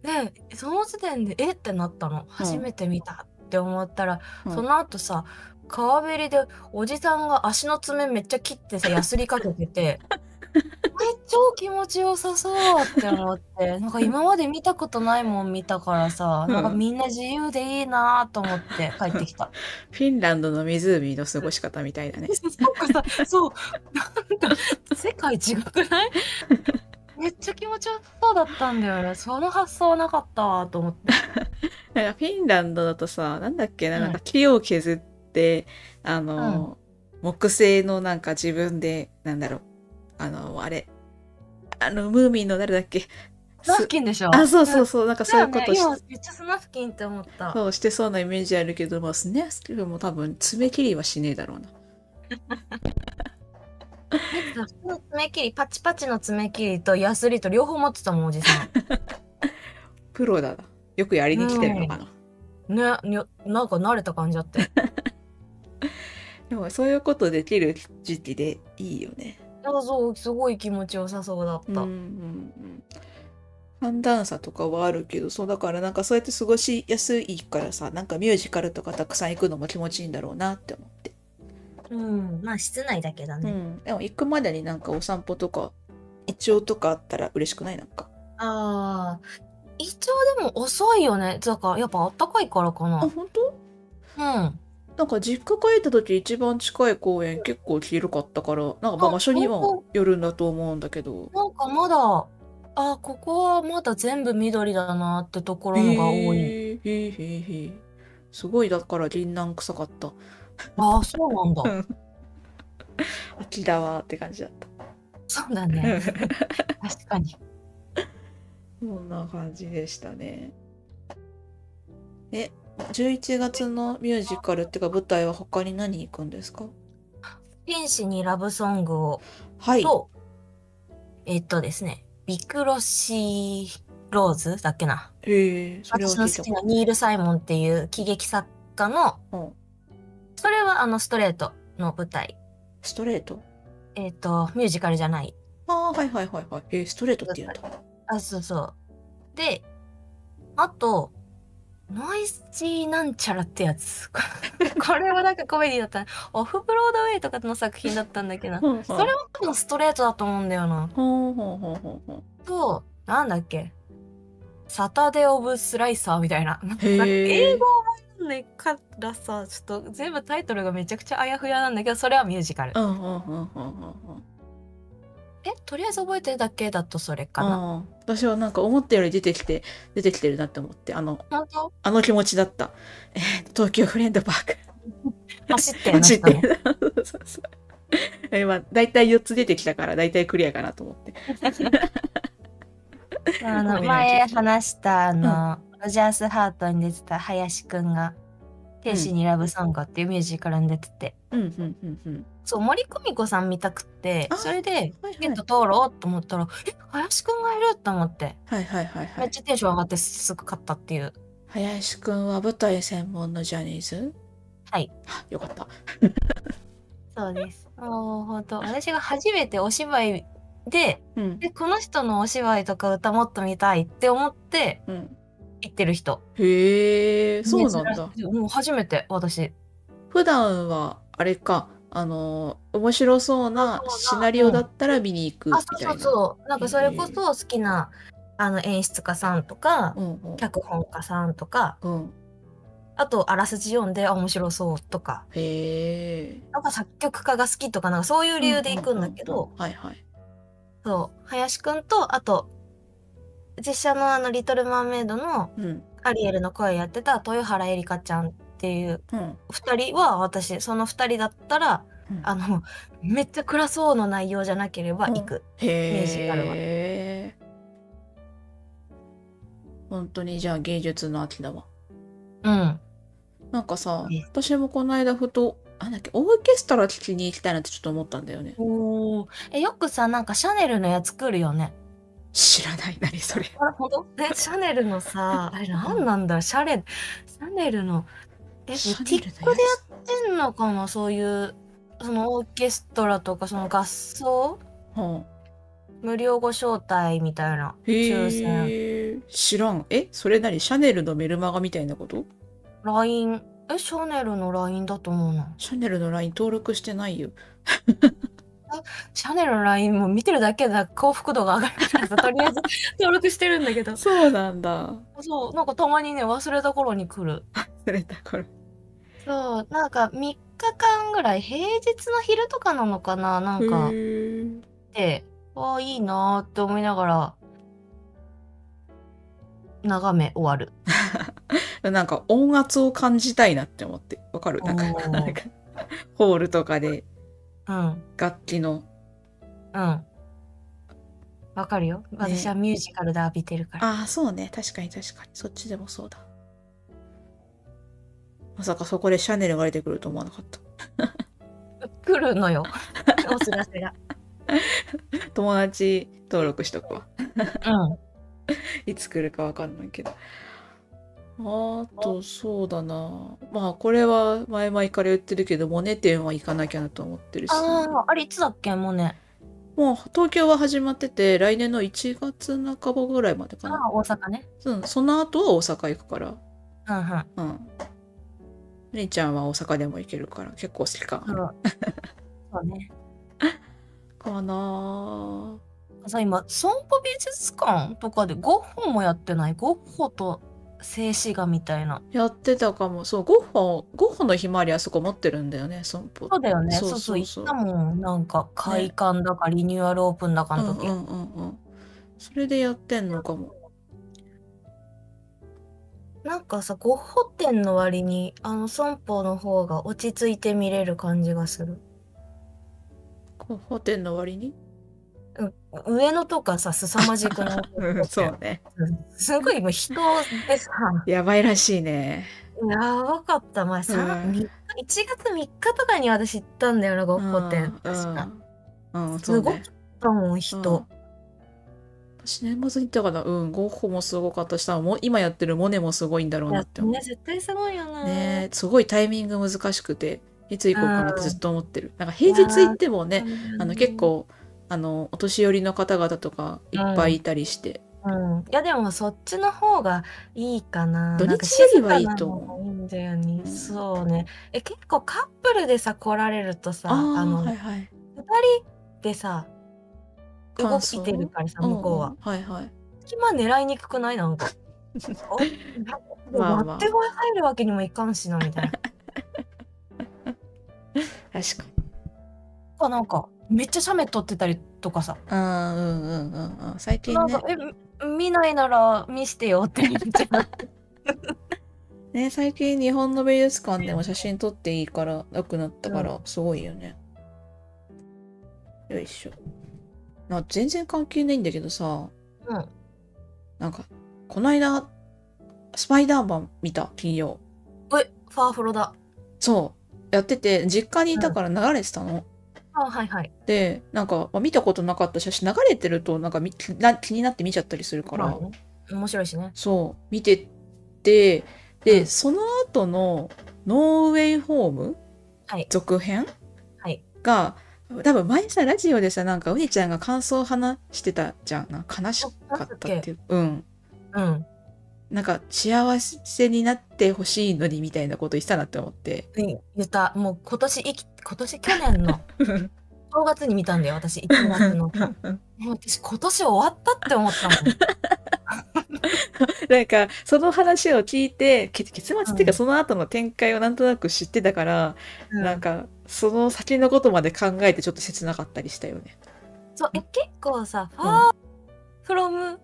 でその時点でえってなったの初めて見たって思ったら、うんその後さ川べりでおじさんが足の爪めっちゃ切ってさやすりかけててえ超気持ちよさそうって思ってなんか今まで見たことないもん見たからさ、うんなんかみんな自由でいいなと思って帰ってきたあフィンランドの湖の過ごし方みたいだねなんかさそうなんか世界違くないめっちゃ気持ちよさそうだったんだよねその発想なかったわと思って。なんかフィンランドだとさなんだっけなうんなんか木を削って、あの、木製のなんか自分でなんだろうあのあれあのムーミンの誰だっけナフすキンでしょあそうそうそうなんかそういうこだよとし,、ね、今めっちゃスナフキンって思った。そうしてそうなイメージあるけどまあスネアスキルも多分爪切りはしねえだろうな普通の爪切り、パチパチの爪切りとヤスリと両方持ってたもん、おじさプロだなよくやりに来てるのかな、ん。ね、にょなんか慣れた感じだって。でもそういうことできる時期でいいよねそうそう、すごい気持ちよさそうだっうんた。うんうん寒暖差とかはあるけどそうだからなんかそうやって過ごしやすいからさなんかミュージカルとかたくさん行くのも気持ちいいんだろうなって思って、うん、まあ室内だけだうね。ん、でも行くまでになんかお散歩とか一応とかあったら嬉しくないなんかああ、一応でも遅いよね。だからやっぱあったかいからかあ本当な。うん。なんか実家帰った時一番近い公園結構広かったからなんかまああ場所には本よるんだと思うんだけどなんかまだ、あーここはまだ全部緑だなってところのが多い。へーへーへーへーすごいだから銀杏臭かったああ、そうなんだ。秋だわーって感じだったそうだね。確かに。そんな感じでしたね。え、11月のミュージカルっていうか舞台は他に何行くんですか天使にラブソングをはい。と、えっとですね、ビクロシーローズだっけな。へえ、それは私の好聞いきたこなニール・サイモンっていう喜劇作家の、とうんそれはあのストレートの舞台。ストレートえっと、ミュージカルじゃない。ああ、はいはいはいはい。えー、ストレートって言うんだ。あ、そうそう。で、あと、ノイジーなんちゃらってやつ。 これはなんかコメディだった。オフブロードウェイとかの作品だったんだけど、うんうんそれは多分ストレートだと思うんだよな。ほうほうほうほうほう。と、なんだっけサタデー・オブ・スライサーみたいな。なんかへー英語もねからさ、ちょっと全部タイトルがめちゃくちゃあやふやなんだけど、それはミュージカルう。んうんうんうんうんえ、とりあえず覚えてるだけだとそれかな。うん。私はなんか思ったより出てきて、出てきてるなって思って、あの、本当あの気持ちだった。えー東京フレンドパーク。走ってま走しったてね。る。そうそうそうえ まあ、大体4つ出てきたから大体クリアかなと思って。あお願い のし前ます話したあの、ロジャースハートに出てた林くんが「天使にラブソング」っていうミュージカルに出てて、うんうんうんうん。そう森久美子さん見たくってあそれではいチケット通ろうと思ったら「え林くんがいる!」と思ってはいはいはいはめっい。ちゃテンション上がってすぐ買ったっていう。林くんは舞台専門のジャニーズはい。あよかった。そうです。もう本当私が初めてお芝居でうん。で、この人のお芝居とか歌もっと見たいって思ってうん、行ってる人。へえ、そうなんだ。珍しい。もう初めて私。普段はあれか、あのー、面白そうなシナリオだったら見に行くみあ、そうたそいうな。そう。なんかそれこそ好きなあの演出家さんとか、うんうん脚本家さんとか、うん。あとあらすじ読んであ面白そうとか、へえ。なんか作曲家が好きとか、なんかそういう理由で行くんだけど、ううううん。はいはい。そう、林くんと、あと、実写のあの、リトル・マーメイドのうん。あアリエルの声やってた豊原エリカちゃんっていううん2人は私その2人だったらうんあのめっちゃ暗そうの内容じゃなければ行く、へミュージカルはえ本当にじゃあ芸術の秋だわうん、なんかさね私もこの間ふとなんだっけオーケストラ聴きに行きたいなってちょっと思ったんだよねおーえよくさなんかシャネルのやつ来るよね知らない何それあ本当えシャネルのさ あれ何なんだシャレシャネルのえティシャネルのッやつクでやってんのかなそういうそのオーケストラとかその合奏うん無料ご招待みたいな抽選へえ知らんえそれ何シャネルのメルマガみたいなこと LINE えシャネルの LINE だと思うなシャネルの LINE 登録してないよシャネルの LINE も見てるだけで幸福度が上がる からさとりあえず登録してるんだけどそうなんだそうなんかたまにね忘れた頃に来るそれだからそうなんか3日間ぐらい平日の昼とかなのかななんかへえでああいいなーって思いながら眺め終わるなんか音圧を感じたいなって思ってわかるなんかおーなんかホールとかでうん楽器のうんわかるよ私はミュージカルで浴びてるから、ああそうね確かに確かにそっちでもそうだまさかそこでシャネルが出てくると思わなかった来るのよ お知らせが友達登録しとくわうんいつ来るかわかんないけどあとそうだなまあこれは前々から言ってるけどモネ展は行かなきゃなと思ってるしあああれいつだっけもうねもう東京は始まってて来年の1月半ばぐらいまでかあなあ大阪ねうん、その後は大阪行くから。うんうんうん。みりちゃんは大阪でも行けるから結構好きかそな。うそうねかなーさ今損保美術館とかでゴッホもやってないゴッホと静止画みたいなやってたかも。そう、ゴッホ、ゴッホのひまわりあそこ持ってるんだよね、損保。そうだよねそそううそそううそう行ったもんなんか開館だかリニューアルオープンだかうんのうん時、うんうん。それでやってんのかも。なんかさゴッホ展の割にあの損保の方が落ち着いて見れる感じがするゴッホ店の割に。上のとかさ凄まじく なってるそうね。すごい今人でさやばいらしいね。やばかった前さ、うん三日1月3日とかに私行ったんだよなゴッホ展うん確か。うん、うん、そうすごかっね。たもん人、うん私年末に行ったから、うん、ゴッホもすごかったし、多分もう今やってるモネもすごいんだろういなやって思う。ね絶対すごいよな、ねえすごいタイミング難しくていつ行こうかなってうんずっと思ってる、なんか平日行ってもうねんあの結、構あのお年寄りの方々とかいっぱいいたりして、うん、いやでもそっちの方がいいかな土日なんか静かよりなはいいとの思がいいんだよね、うんそうねえ結構カップルでさ来られるとさあああの、はいはい二人でさ動感想いてるからさ向こうは、んんはいはい隙間狙いにくくないなん かおでまあもまあ割って声入るわけにもいかんしなみたいな確かにかなんかめっちゃ写メ撮ってたりとかさ、あーうんうんうんうん最近なんねかえ見ないなら見してよ って言っちゃうね最近日本の美術館でも写真撮っていいからなくなったからすごいよね、よいしょな全然関係ないんだけどさうんなんかこないだスパイダーマン見た金曜えファーフロだそうやってて実家にいたから流れてたの、あはいはいでなんか、まあ見たことなかった写真流れてるとなんかみ気な気になって見ちゃったりするから、まあね面白いしねそう見ててで、うんその後の「ノーウェイホーム」はい続編、はいが多分前さラジオでさなんかうにちゃんが感想を話してたじゃんなんか悲しかったっていううんうんなんか幸せになってほしいのにみたいなこと言ってたなって思 って言ったもう今年生き今年去年 の正月に見たんだよ私1月の もう私今年終わったって思ったもん なんかその話を聞いてけ結末っていううかんその後の展開をなんとなく知ってたから、うんなんかその先のことまで考えてちょっと切なかったりしたよね。そうえ結構さファー、うフロム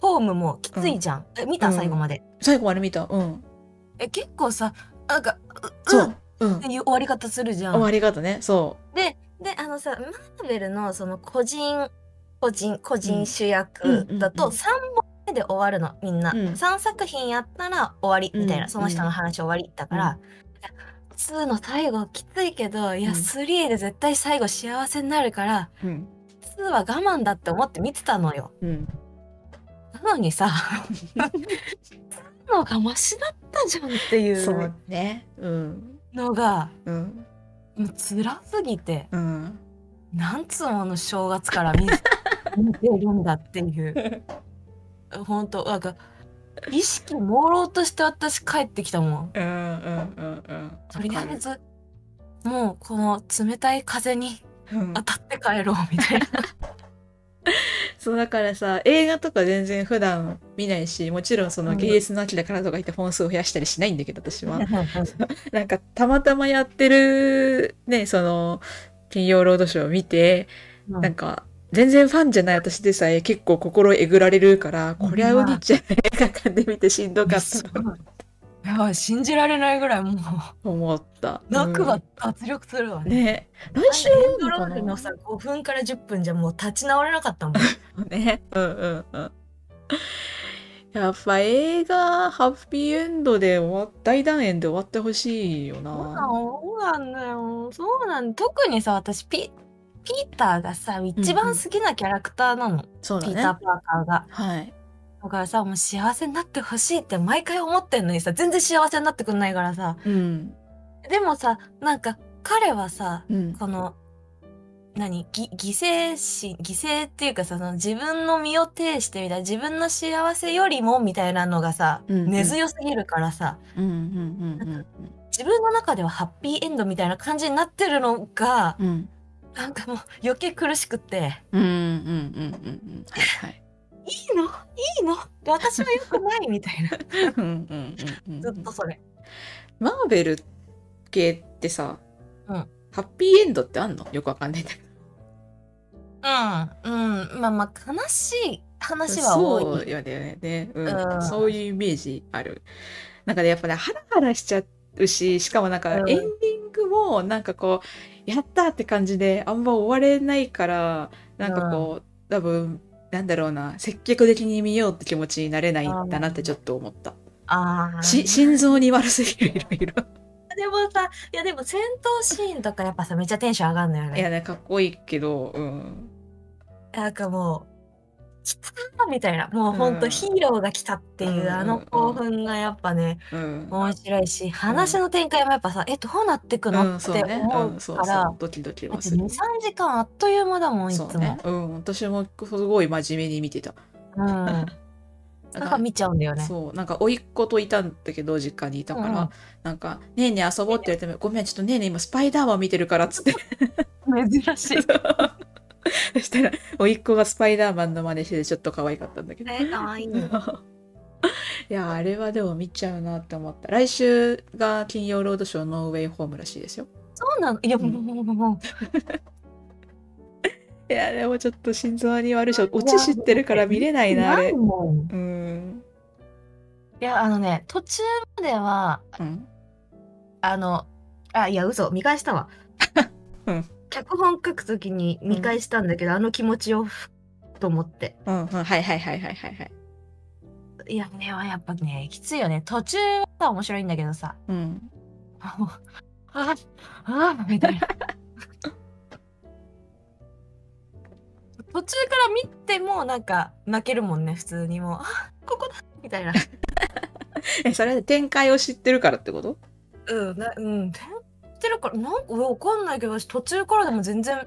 ホームもきついじゃん。え見たうん最後まで。最後まで見たうんえ結構さなんかうそんっううんていう終わり方するじゃ終ん。わり方ねそであのさマーベルのその個人個人個うん人主うん役うんうんだと3本目で終わるのみんな、うん3作品やったら終わりみたいな、うんその人の話終わりだから、2の最後きついけどいやうん3で絶対最後幸せになるからううん2は我慢だって思って見てたのよ。うんなのに さ2のがマシだったじゃんっていそううねうんのがうんもう辛すぎて。うんなんつうもの正月から見見てるんだっていう本当なんか意識朦朧として私帰ってきたもんうんうんうんうんとりあえずもうこの冷たい風にうん当たって帰ろうみたいなそうだからさ映画とか全然普段見ないしもちろんそのうん芸術の秋だからとか言って本数を増やしたりしないんだけど私はなんかたまたまやってるねその金曜ロードショーを見てうんなんか全然ファンじゃない私でさえ結構心えぐられるからこりゃお兄ちゃん映画館で見てしんどかっすたごいやばい信じられないぐらいもうと思った。泣くうはん脱力するわね。ね来あ週のエンドロかーなルのさ5分から10分じゃもう立ち直れなかったもん。ね。うんうんうん。やっぱ映画ハッピーエンドで終わ大団円で終わってほしいよそうなな。のそうなんだよ。そうなん特にさ、私ピ、ピーターがさ、一番好きなキャラクターなの。そうピーター・だね。パーカーが。はい。だからさ、もう幸せになってほしいって毎回思ってんのにさ、全然幸せになってくんないからさ。うんでもさ、なんか彼はさ、うんこの、何ぎ犠牲心犠牲っていうかさその自分の身を挺してみたいな自分の幸せよりもみたいなのがさ、うんうん根強すぎるからさうんうんうん自分の中ではハッピーエンドみたいな感じになってるのがうんうんなんかもう余計苦しくってうんうんうんうんうんはいはい。いいのいいの私はよくないみたい なうんうんうんうんずっとそれマーベル系ってさ、うんハッピーエンドってあんの？よくわかんないんだけど。うんうんまあまあ悲しい話は多そいうよねね、うんそういうイメージあるなんかねやっぱねハラハラしちゃうししかもなんかエンうんディングもなんかこうやったって感じであんま終われないからなんかこう、多分なんだろうな積極的に見ようって気持ちになれないんだなってちょっと思った、ああし心臓に悪すぎるいろいろでもさいやでも戦闘シーンとかやっぱさめっちゃテンション上がるのよいやねねかっこいいけどうんなんかもう来たーみたいなもうほんうとんヒーローが来たっていう、うんあの興奮がやっぱねうん面白いし話の展開もやっぱさ、えどうなってくの、うん、ってそう思うね、うん、そうかそうら、ドキドキだはってする23時間あっという間だもんいつそもうね、うん、私もすごい真面目に見てたうん、なんか見ちゃうんだよねそうなんか甥っ子といたんだけど実家にいたから、うんうんなんか「ねえねえ遊ぼう」って言われても「ごめんちょっとねえねえ今スパイダーマン見てるから」っつって 珍しい。そしたら甥っ子がスパイダーマンの真似しててちょっと可愛かったんだ けど、え、可愛い いやあれはでも見ちゃうなって思った来週が金曜ロードショーノーウェイホームらしいですよそうなの。いや、もう、もう、もうもいやでもちょっと心臓に悪いしオチ知ってるから見れなう。いなあないれもん。うんいや、あのね、途中までは、うん。あの、あ、いや、嘘、見返したわうん脚本書くときに見返したんだけど、あの気持ちをふと思って。うんうんはいはいはいはいはいはいいや、ね、やっぱね、きついよね。途中は面白いんだけどさ。うんもうあ、あ、みたいな。 途中から見てもなんか泣けるもんね普通にもうあここだみ たいなえそれで展開を知ってるからってことうんなうんてんてるからなんかわかんないけど私途中からでも全然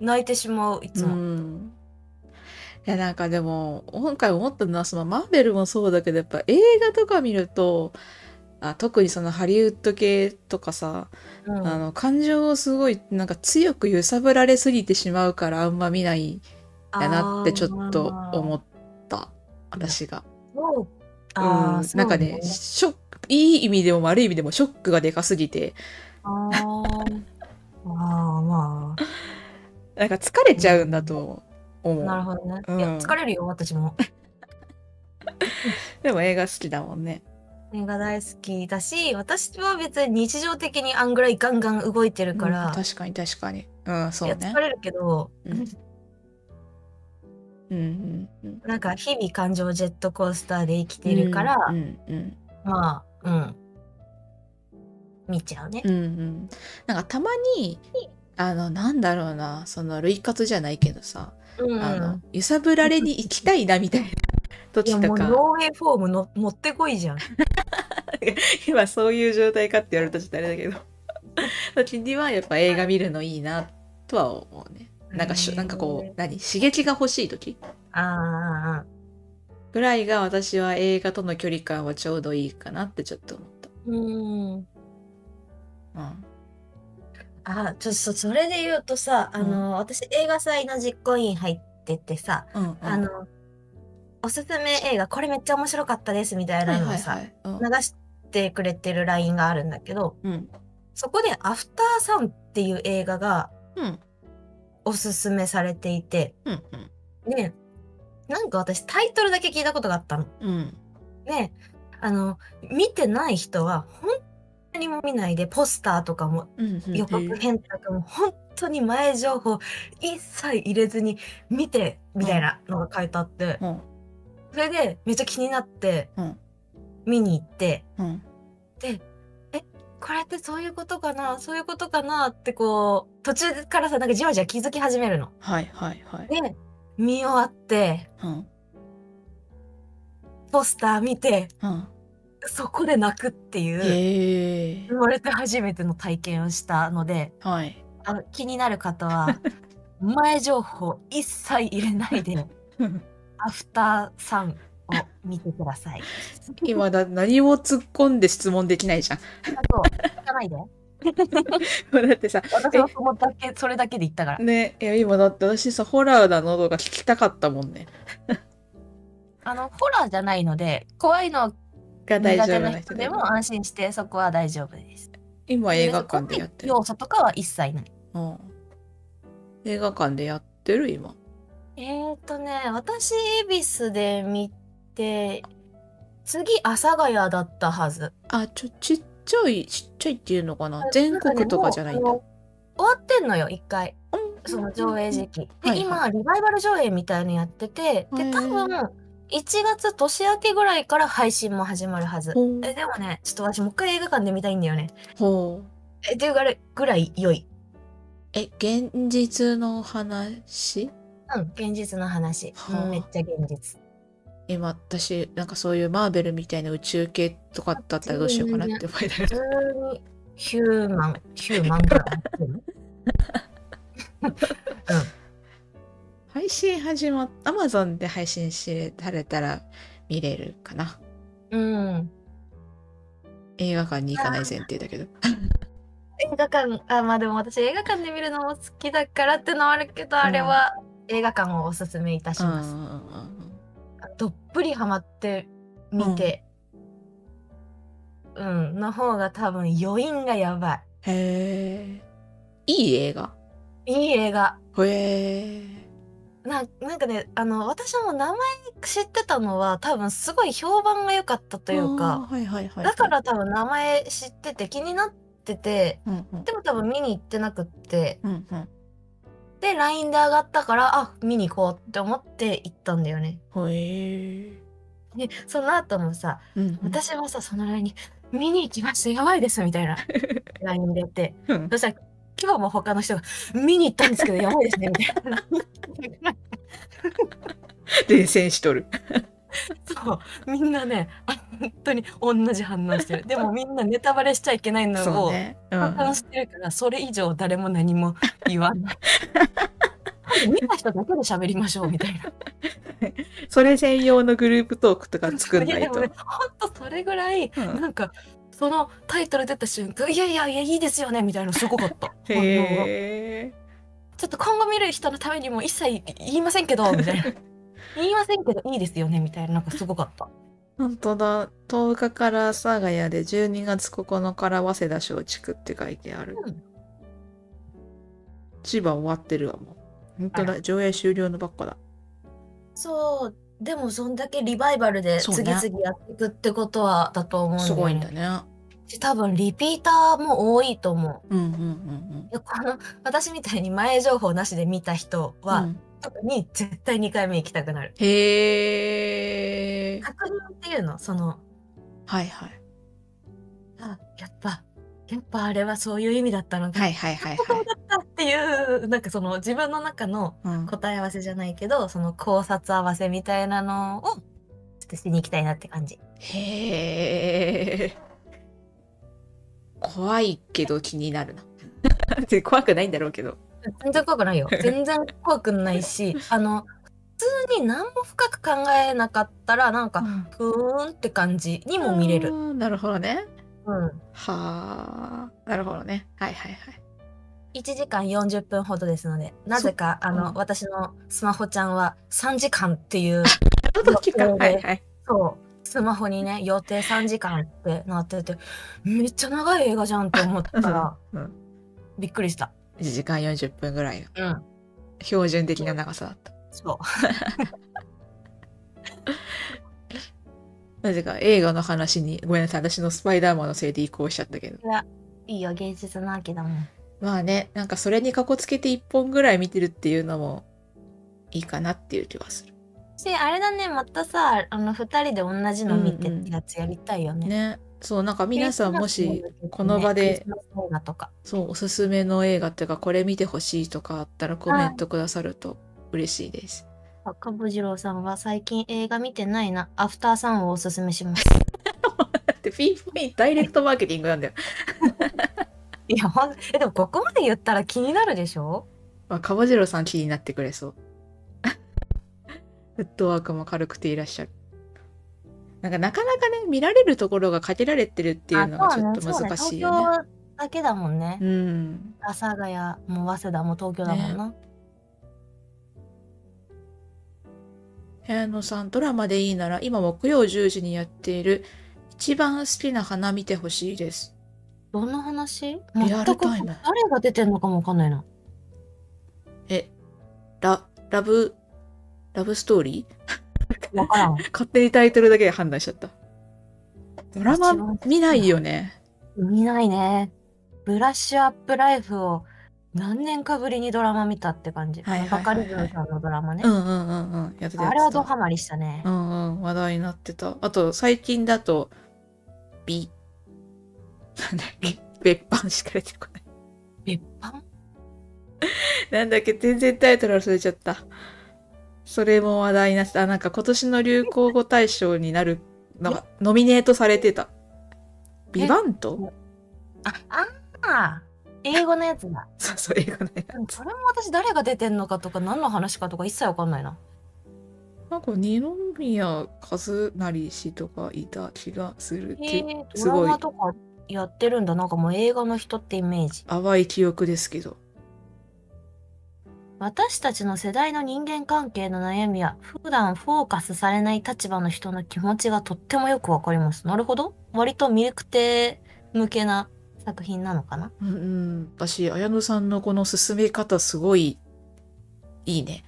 泣いてしまういつも、ん、いやなんかでも今回思ったのはそのマーベルもそうだけどやっぱ映画とか見るとあ特にそのハリウッド系とかさ、うんあの感情をすごいなんか強く揺さぶられすぎてしまうからあんま見ないんだなってちょっと思った私が。そううん、あー、そうなんかねショックいい意味でも悪い意味でもショックがでかすぎてあーあーまなんか疲れちゃうんだと思う。あなるほどね、うんいや疲れるよ私もでも映画好きだもんね。映画大好きだし、私は別に日常的にあんぐらいガンガン動いてるから、うん確かに確かに。うん、そういやね疲。れるけど、うんうんうんうん。なんか日々感情ジェットコースターで生きてるから、うんうんまあ、うん。見ちゃうね。うんうん、なんかたまにあのなんだろうなその類活じゃないけどさ、うんあの揺さぶられに行きたいなみたいない時やともうかノーウェイフォームの持ってこいじゃん。今そういう状態かって言われたらちょっとあれだけど時にはやっぱ映画見るのいいなとは思うね。なんかしへゅーなんかこう何刺激が欲しい時ああああぐらいが私は映画との距離感はちょうどいいかなってちょっと思っうん。た。うんあ、ちょっとそれで言うとさ、あの、私映画祭の実行委員入っててさ、うんうん、あの、おすすめ映画、これめっちゃ面白かったですみたいはないのはをいさは、い。うん流してくれてる LINE があるんだけど、うんそこでアフターサンっていう映画がうんおすすめされていて、うんね、なんか私タイトルだけ聞いたことがあったの。うんうんね、あの、見てない人は本当にも見ないで、ポスターとかもうんうん予告編とかも本当に前情報一切入れずに見てみたいなのが書いてあって、うんそれでめっちゃ気になってうん見に行って、うんこれってそういうことかなそういうことかなってこう途中からさなんかじわじわ気づき始めるの。はいはいはい。で見終わってうんポスター見てうん。そこで泣くっていうへえ生。まれて初めての体験をしたのではい。あの気になる方 は前情報一切入れないでアフターさんを見てくだ さい。今だ何も突っ込んで質問できないじゃん。あと聞かないでだってさ私はそのだけそれだけで言ったからねいや今だって私さホラーだのとか聞きたかったもんね。あのホラーじゃないので怖いのが大苦丈手夫なな人人ででも安心してそこは大丈夫です。今映画館でやってる。要素とかは一切ない。うん、映画館でやってる今。えっ、ー、とね私恵比寿で見て次阿佐ヶ谷だったはず。あちょちっちゃいちっちゃいっていうのかな全国とかじゃないんだ。もうあの終わってんのよ一回その上映時期。で、はい今はリバイバル上映みたいのやっててへでー多分1月年明けぐらいから配信も始まるはず。ほうえでもねちょっと私もう一回映画館で見たいんだよね。ほうえっていうぐらいぐらい良い。え現実の話うん現実の話、はあうんめっちゃ現実。今私なんかそういうマーベルみたいな宇宙系とかだったらどうしようかなって思いなが普ら通にヒューマンヒューマンぐらい合って る。配信始まっ Amazon で配信しされたら見れるかなうん。映画館に行かない前提だけど映画館あまあでも私映画館で見るのも好きだからってのはあるけど、あれは映画館をおすすめいたしうんうんうまんす。うんどっぷりハマって見て、うん、の方が多分余韻がやばへえいい映画い。いい映画。へえななんかねあの私も名前知ってたのは多分すごい評判が良かったというかはいはいはいだから多分名前知ってて気になっててうんうんでも多分見に行ってなくってうんうんで LINE で上がったからあ見に行こうって思って行ったんだよね。ほえでその後もさうんうん私はさその LINE に「見に行きましたやばいです」み たいな LINE でやってうんそしたら今日も他の人が「見に行ったんですけどやばいですね」みたいな。伝染しとるそうみんなねあ本当に同じ反応してるでもみんなネタバレしちゃいけないのそうをねうん反応してるからそれ以上誰も何も言わない見た人だけで喋りましょうみたいなそれ専用のグループトーク とか作んなやいでいもとねほんとそれぐらいうんなんかそのタイトル出た瞬間「いやいやいやいいですよね」みたいなのすごかったへ反応がえちょっと今後見る人のためにも一切言いませんけどみたい な言いませんけどいいですよねみたいななんかすごかった本当だ10日から阿佐ヶ谷で12月9日から早稲田松竹って書いてある、うん千葉終わってるわもう本当あだ上映終了のばっかだそうでもそんだけリバイバルでそう次ね々やっていくってことはだと思うんだすよごいんねだね。し多分リピーターも多いと思ううんうんうんいやこの私みたいに前情報なしで見た人うん。うは、ん特に絶対2回目行きたくなるへえ。確認っていうのそのはいはい。あやっぱやっぱあれはそういう意味だったのか、はいはい はいはい。っていうなんかその自分の中のうん答え合わせじゃないけどその考察合わせみたいなのをちょっとしに行きたいなって感じへえ。怖いけど気になるな。で 怖くないんだろうけど。全然怖く ないよ全然怖くないしあの普通に何も深く考えなかったらなんかふーんって感じにも見れある、ーなるほどね。うん、はあ。なるほどね。はいはいはい。 1時間40分ほどですのでなぜかあの、うん私のスマホちゃんは3時間って いうちょっと期間。そうねはいはい。そうスマホにね予定3時間ってなっててめっちゃ長い映画じゃんって思ったらうんうびっくりした1時間40分ぐらいのうん標準的な長さだった。そうなぜか映画の話に、ごめんなさい、私のスパイダーマンのせいで移行しちゃったけど。いいよ芸術の秋だもんまあね、なんかそれにかこつけて1本ぐらい見てるっていうのもいいかなっていう気はする。しあれだねまたさあの2人で同じの見てうんうんってやつやりたいよね、ね。そう、なんか皆さんもクリしスマスの時ねこの場でクリスマス映画とかそうおすすめの映画っていうかこれ見てほしいとかあったらコメントくださると嬉しいです。あかぶじろうさんは最近映画見てないなアフターさんをおすすめしますだってピンポイントダイレクトマーケティングなんだよ。いやほんえでもここまで言ったら気になるでしょまあ、かぼじろうさん気になってくれそう。 フットワークも軽くていらっしゃる。なんかなかなかね見られるところが限られてるっていうのがちょっと難しいよね。ね東京だけだもんねうん、阿佐ヶ谷も早稲田も東京だもんな、平野さんドラマでいいなら今木曜10時にやっている一番好きな花見てほしいです。どんな話リアル全くタ誰イムが出てんのかもわかんないなえ、ラ、ラブ、ラブストーリー わからん勝手にタイトルだけで判断しちゃった。ドラ一番マ好きな見ないよね。見ないねブラッシュアップライフを何年かぶりにドラマ見たって感じ、はいはいはいはいバカリズムさんのドラマね、うんうんうんうん。やってたやあってれたはドハマりしたねう。んうん、話題になってた。あと、最近だと、ビ、なんだっけ、別版しか出てこない。別版なんだっけ、全然タイトル忘れちゃった。それも話題になってた。あなんか今年の流行語大賞になるのが、ノミネートされてた。ビバントあ、あー英語のやつだ。そうそう、映画のやつでもそれも私誰が出てんのかとか何の話かとか一切わかんないな。なんか二宮和也氏とかいた気がするへけ、ーすドラごいマとかやってるんだ。なんかもう映画の人ってイメージ。淡い記憶ですけど私たちの世代の人間関係の悩みや普段フォーカスされない立場の人の気持ちがとってもよくわかります。なるほど。割とミルクテ向けな作品なのかな。うん、うん、私綾野さんのこの進め方すごいいいね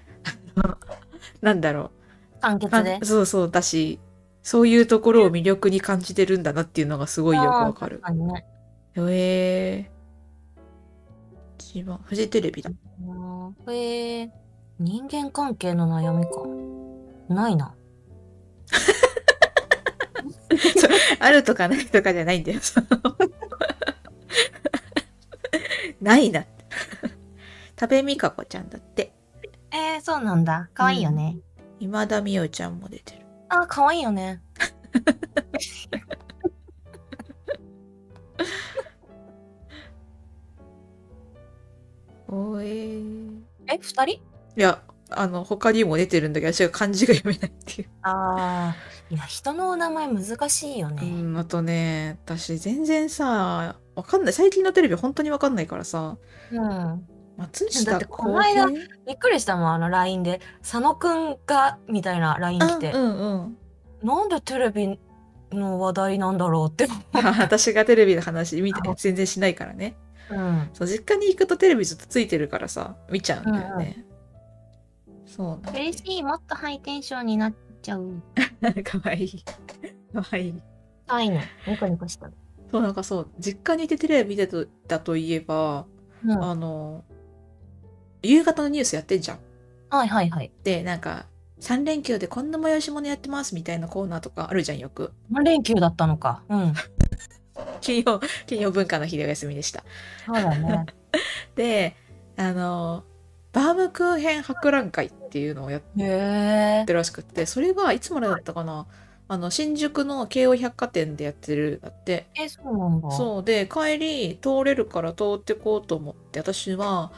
なんだろ簡うか潔んで。そうそうだしそういうところを魅力に感じてるんだなっていうのがすごいよくわかるあー確にねへえ一番フジテレビだうんへえ人間関係の悩みか。ないな。あるとかないとかじゃないんだよ。その ない なって。多部未華子ちゃんだって。えー、そうなんだ。可愛いよね。今田美桜ちゃんも出てる。あー、可愛いよね。おえー。いえ、二人や、あの、他にも出てるんだけど、私は漢字が読めないっ ていう。ああ、いや、人のお名前難しいようね。ん、あとね、私全然さ、わかんない。最近のテレビ本当にわかんないからさ、うん。松だ下って洸この間平びっくりしたもん、あの LINE で。佐野くんが、みたいな LINE 来て。うんうん うん。なんでテレビの話題なんだろうって。私がテレビの話見て全然しないからね。うん。そう実家に行くとテレビずっとついてるからさ見ちゃうんだよね、そうなんだよ嬉しい、もっとハイテンションになっちゃう。 かわいい。かわいい。愛いの。ニコニコした。そう、なんかそう、実家にいてテレビ見てたといえば、うん。はあの、夕方のニュースやってんじゃん。いはいはい。で、なんか、3連休でこんな催し物やってますみたいなコーナーとかあるじゃん、よく。何連休だったのか。うん。金曜、金曜文化の日でお休みでした。そうだね。で、あの、バームクーヘン博覧会っていうのをやっへえっ。てるらしくってそれがいつまでだったかなあの新宿の京王百貨店でやってるんだってえ、そうなんだ。そうで帰り通れるから通ってこうと思って私は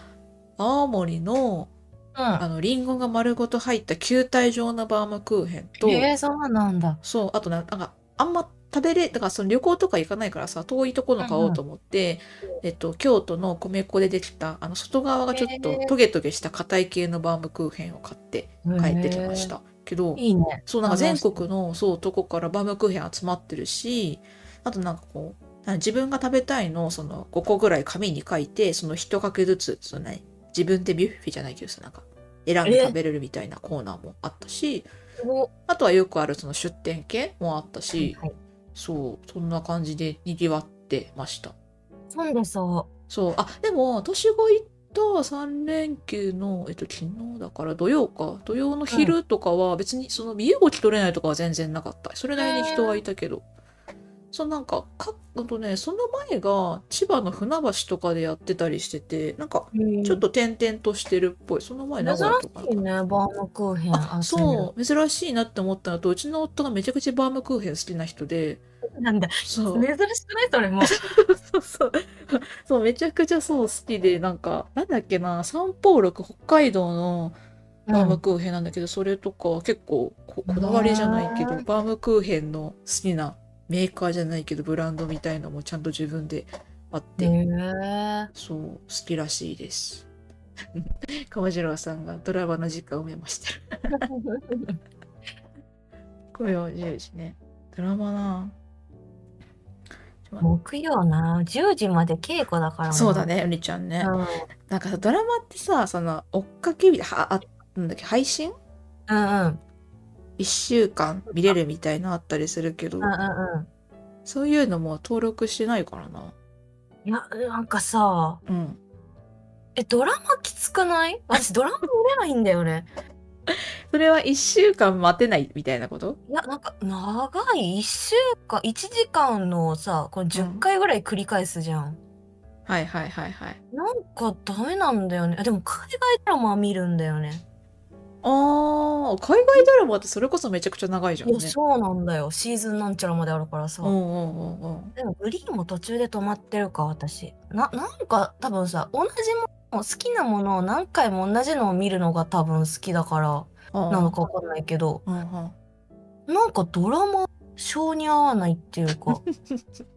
青森のうあのリンゴが丸ごと入った球体状のバームクーヘンとん。えー、そうなんだ。そうあとななんかあんま食べれだからその旅行とか行かないからさ遠いとこの買おうと思って、えっと、京都の米粉でできたあの外側がちょっへとートゲトゲした硬い系のバームクーヘンを買って帰ってきましへたけどー。いいね。そう、なんか楽全し国の、そう、とこからバームクーヘン集まってるし、あとなんかこう、なんか自分が食べたいのをその5個ぐらい紙に書いて、その1かけずつ、そのね、自分でビュッフェじゃないけどさ、なんか選んで食べれるみたいなコーナーもあったし、すごあとはよくあるその出店系もあったいし、はい。そう、そんな感じで賑わってました。そんでさ、そう、あ、でも、私が行った3連休の、えっと、昨日だから土曜か、土曜の昼とかは、別にその身動き取れないとかは全然なかった。それなりに人はいたけど。そう、なんか、か、あとね、その前が千葉の船橋とかでやってたりしてて、なんか、ちょっと点々としてるっぽい。その前名古屋とか珍しいね、バームクーヘン。あ、そう、珍しいなって思ったのと、うちの夫がめちゃくちゃバームクーヘン好きな人 で、う。なんだ。そう。珍しくない それも。そうそう。そう、めちゃくちゃそう好きで、なんか、なんだっけな、三宝六北海道のバームクーヘンなんだけど、それとか結構ここだわりじゃないけど、バームクーヘンの好きなメーカーじゃないけど、ブランドみたいのもちゃんと自分であって、へーそう、好きらしいです。川次郎さんがドラマの時間をメ モしてる。これは自由ですね。ドラマなちょっと待っ木曜な、10時まで稽古だからてなそうだ。ね、うりちゃんね。うんなんかさドラマってさその追っかけみはあなんだっけ配信うんうん。 1週間見れるみたいなあったりするけどうんうんうん。そういうのも登録してないからないや、なんかさ、うんえ、ドラマきつくない私ドラマ見れないんだよね。それは1週間待てないみたいなこといや、なんか長い1週間、1時間のさ、これ10回ぐらい繰り返すじゃん。はいはいはいはいなんかダメなんだよね。あでも海外ドラマは見るんだよね。あー海外ドラマってそれこそめちゃくちゃ長いじゃんいねや、そうなんだよ。シーズンなんちゃらまであるからさ。うんうんうんうんでもグリーンも途中で止まってるか私ななんか多分さ同じもの好きなものを何回も同じのを見るのが多分好きだからあーなのかわかんないけどうんうんなんかドラマ性に合わないっていう か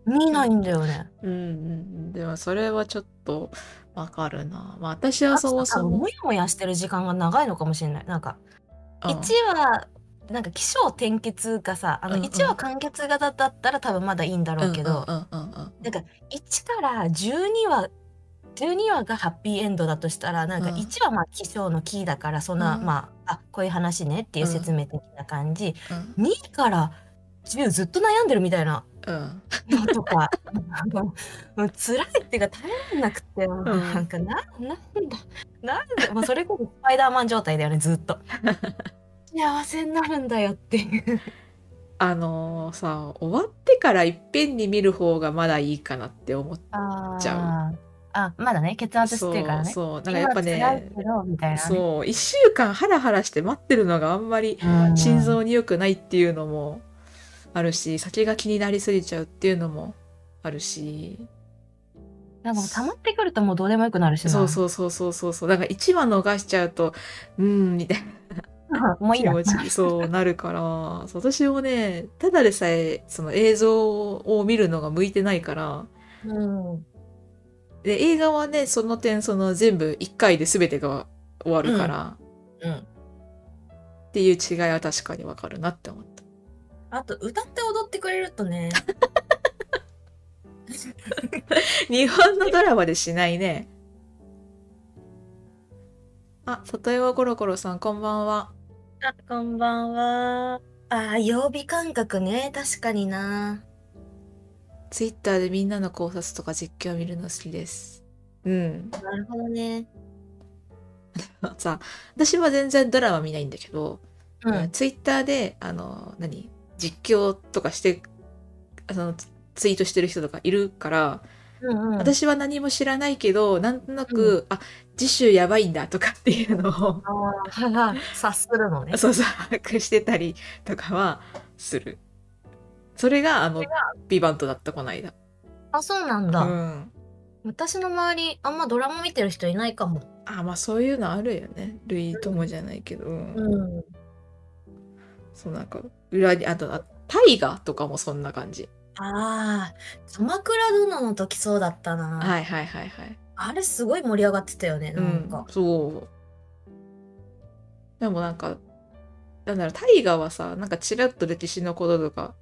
見ないんだよねうんうんでもそれはちょっとわかるなまあ私はそ多もそ分もモヤモヤしてる時間が長いのかもしれないなんかうん1話なんか起承転結がさあのうんうん1話完結型だったら多分まだいいんだろうけど、うんうんうんうんうんなんか1から12話12話がハッピーエンドだとしたらなんかうん1話まあ起承のキーだからそんな、うんまああこういう話ねっていう説明的な感じ、うん2から10ずっと悩んでるみたい なうんのとかあのもう辛いっていうか耐えられなくて、なんかななんだなんだもうそれこそスパイダーマン状態だよねずっと幸せになるんだよって いうあのーさ終わってからいっぺんに見る方がまだいいかなって思っあちゃうあまだね血圧してるからねそうそうなんかやっぱ今辛いねけどみたいなねそう1週間ハラハラして待ってるのがあんまりうん心臓に良くないっていうのもあるし先が気になりすぎちゃうっていうのもあるしなんかもう溜まってくるともうどうでもよくなるしな。そうそうそうそうそうそうだから1話逃しちゃうとうんみたいなもういい気や。持ちにそうなるからそう私もねただでさえその映像を見るのが向いてないからうん。で映画はねその点その全部1回で全てが終わるから、うん。っていう違いは確かにわかるなって思ったあと、歌って踊ってくれると ね。日本のドラマでしないねあ里山コロコロさんこんばんはあ、こんばんは。ああ、曜日感覚ね。確かにな。ツイッターでみんなの考察とか実況を見るの好きです。うん。なるほどね。さ私は全然ドラマ見ないんだけど、うん。ツイッターであの何実況とかしてあそのツツイートしてる人とかいるから、うんうん、私は何も知らないけどなんとなく、あ次週やばいんだとかっていうのをあー察するのね。そうそう把握してたりとかはする。それがあの「ビバントだったこの間。 あ、そうなんうだ。ん、私の周り、あんまドラマ見てる人いないかも。あまあそういうのあるよね類友じゃないけど、うんうん。そうなんか裏にあとあ大河とかもそんな感じ。ああ、鎌倉殿の時そうだったな。はいはいはいはい。あれすごい盛り上がってたよね、なんかうん、。そうでもなんかなんだろう大河はさなんかちらっと歴史のこととか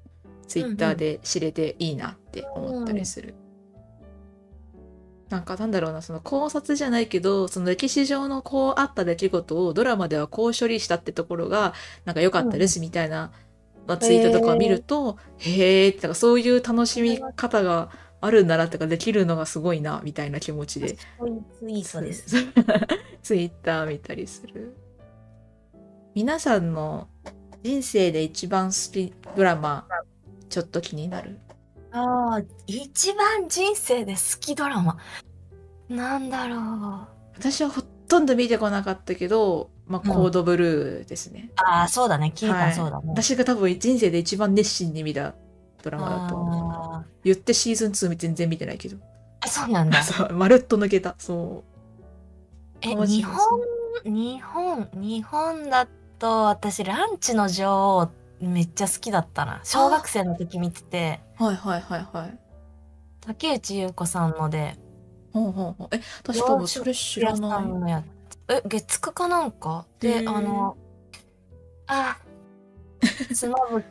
ツイッターで知れていいなって思ったりする、なんかなんだろうなその考察じゃないけどその歴史上のこうあった出来事をドラマではこう処理したってところがなんか良かったですみたいな、まあ、ツイートとかを見るとへえってなんかそういう楽しみ方があるんだなってかできるのがすごいなみたいな気持ちでそういうツイートです。す。 ツイッター見たりする。皆さんの人生で一番好きドラマ、ちょっと気になる。ああ、一番人生で好きドラマ。なんだろう。私はほとんど見てこなかったけど、まあ、うんコードブルーですね。ああ、そうだね。聞いはたいそうだね。私が多分人生で一番熱心に見たドラマだと思う。あ言ってシーズン2全然見てないけど。。あ、そうなんだ そうまるっと抜けた。そえ、面白いですね日本、日本、日本だと、私、ランチの女王、めっちゃ好きだったな。小学生の時見てて、う。はいはいはいはい。竹内優子さんので、ほうほうほう。え、私多分それ知らさないん。のやつえ、月9かなんかへで、ーあの、あ、妻夫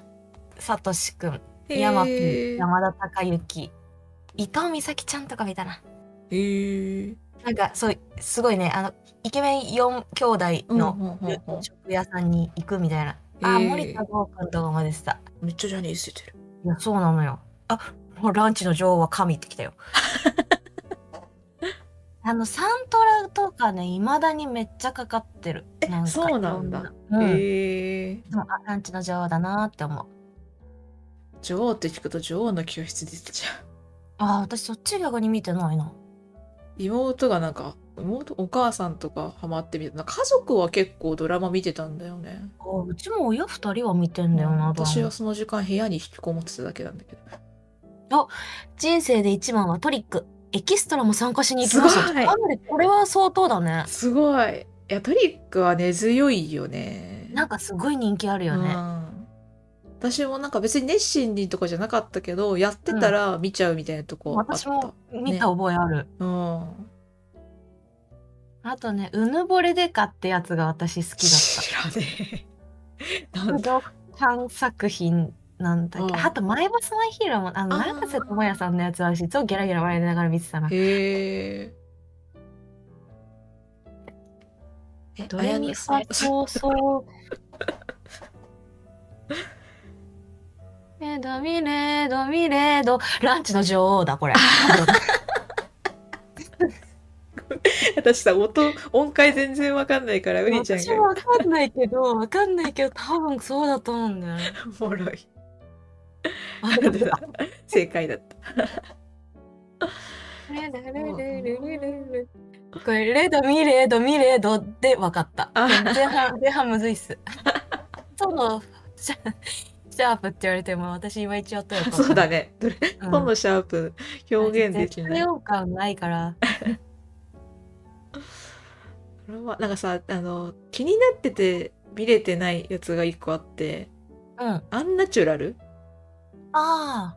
聡くん、山へ君、ー山田孝之、伊藤美咲ちゃんとか見たな。へーなんか、そう、すごいね、あの、イケメン4兄弟うんうんのうんうん食屋さんに行くみたいな。あ、へー森田剛君とかまでした。めっちゃジャニーズ出てる。いや、そうなのよ。あ、もうランチの女王は神ってきたよ。 あの、サントラとかね、いまだにめっちゃかかってる。えそうなんだ。うん。へえ。そうあランチの女王だなって思う。女王って聞くと女王の教室出てきちゃう。あー、私そっち逆に見てないな。妹がなんか、妹、お母さんとかハマってみた。なんか家族は結構ドラマ見てたんだよね。あーうちも親二人は見てんだよな、私多は分その時間部屋に引きこもってただけなんだけど。人生で一番はトリック。エキストラも参加しに行きました。すごいかなりこれは相当だね。すごい。いや、トリックは根強いよね。なんかすごい人気あるようね。ん私もなんか別に熱心にとかじゃなかったけど、やってたら見ちゃうみたいなとこあった。私も見た覚えある。うん。あとね、うぬぼれでかってやつが私好きだった。知らねえ。なん不だ動産作品なんだっけ、うんあと前バスマイヒーローもあのあー前バス智也さんのやつは私いつもゲラゲラ笑いながら見てたなへえ。えドレミファソーソーえドミレドミレドランチの女王だこれ私さ、音、音階全然わかんないから、うにちゃん私がもわかんないけどわかんないけど多分そうだと思うんだよねおもろい。 あれだ正解 だった。レレレレレレレこれレドミレドミレドで分かった。あ前半前半むずいっす。そのシャシャープって言われても私今一応とそうだね。ね。どれ、うん本のシャープ、表現できない。絶対こ音感ないから。れは、なんかさ、あの、気になってて見れてないやつが一個あって、うん。あアンナチュラルあ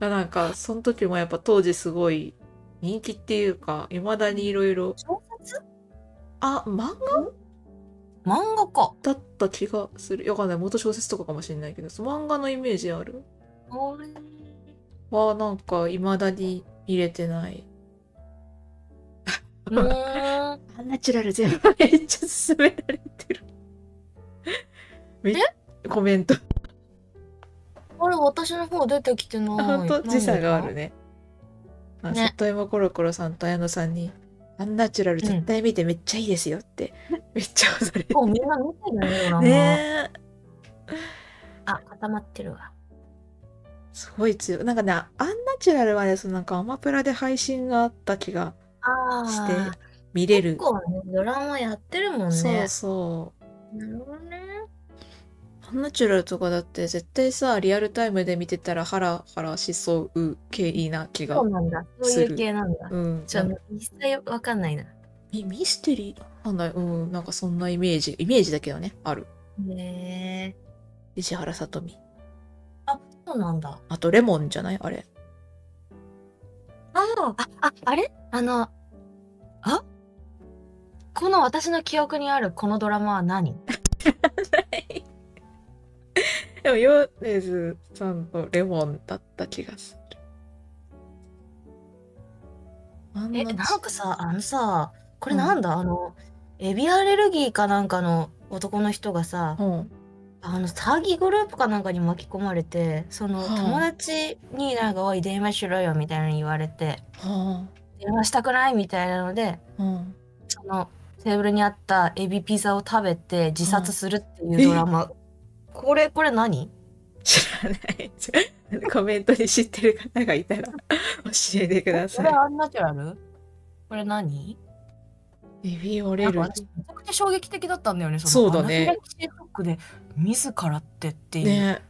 がなんか、その時もやっぱ当時すごい人気っていうか、いまだにいろいろ、小説あ、漫画漫画か。だった気がする。よくわかんない。元小説とかかもしれないけど、その漫画のイメージあるは、なんか、未だに見れてない。うーん。 アンナチュラル全部めっちゃ勧められてる。みコメント。あれ、私の方出てきてない。本当時差があるね。まあ、ね里山コロコロさんと綾乃さんに、アンナチュラル絶対見てめっちゃいいですよって、めっちゃ押されてもうみんな見てるよな。ねえあ、固まってるわ。すごい強い。なんかね、アンナチュラルはね、そのなんかアマプラで配信があった気がああ。して、見れる結。構ね、ドラマやってるもんね。そうそう。なるほどね。アンナチュラルとかだって絶対さ、リアルタイムで見てたらハラハラしそう系いいな気がそう。なんだ。そういう系なんだ。うん。ちょっと一切わかんないな。ミミステリーなんだうん、なんかそんなイメージ、イメージだけどね、ある。ねえ。石原さとみ。あ、そうなんだ。あと、レモンじゃないあれ。ああ、あ、あれあの、あこの私の記憶にあるこのドラマは何でも、ヨネズさんとレモンだった気がする。あんえ、ななんかさ、あのさ、これなんだ、あの、エビアレルギーかなんかの男の人がさ、うん。あの、詐欺グループかなんかに巻き込まれて、その、はい友達になんか、おい、電話しろよ、みたいなの言われて、は電話したくないみたいなので、あ。うん。その、テーブルにあったエビピザを食べて自殺するっていうドラマ。これ、これ何知らない。 コメントに知ってる方がいたら教えてくだこされアンナチュラルこれ何い。エビ折なれんかる。私めちゃくちゃ衝撃的だったんだよね。のそうだアナフねィラキシーショックで、自らってっていう。ね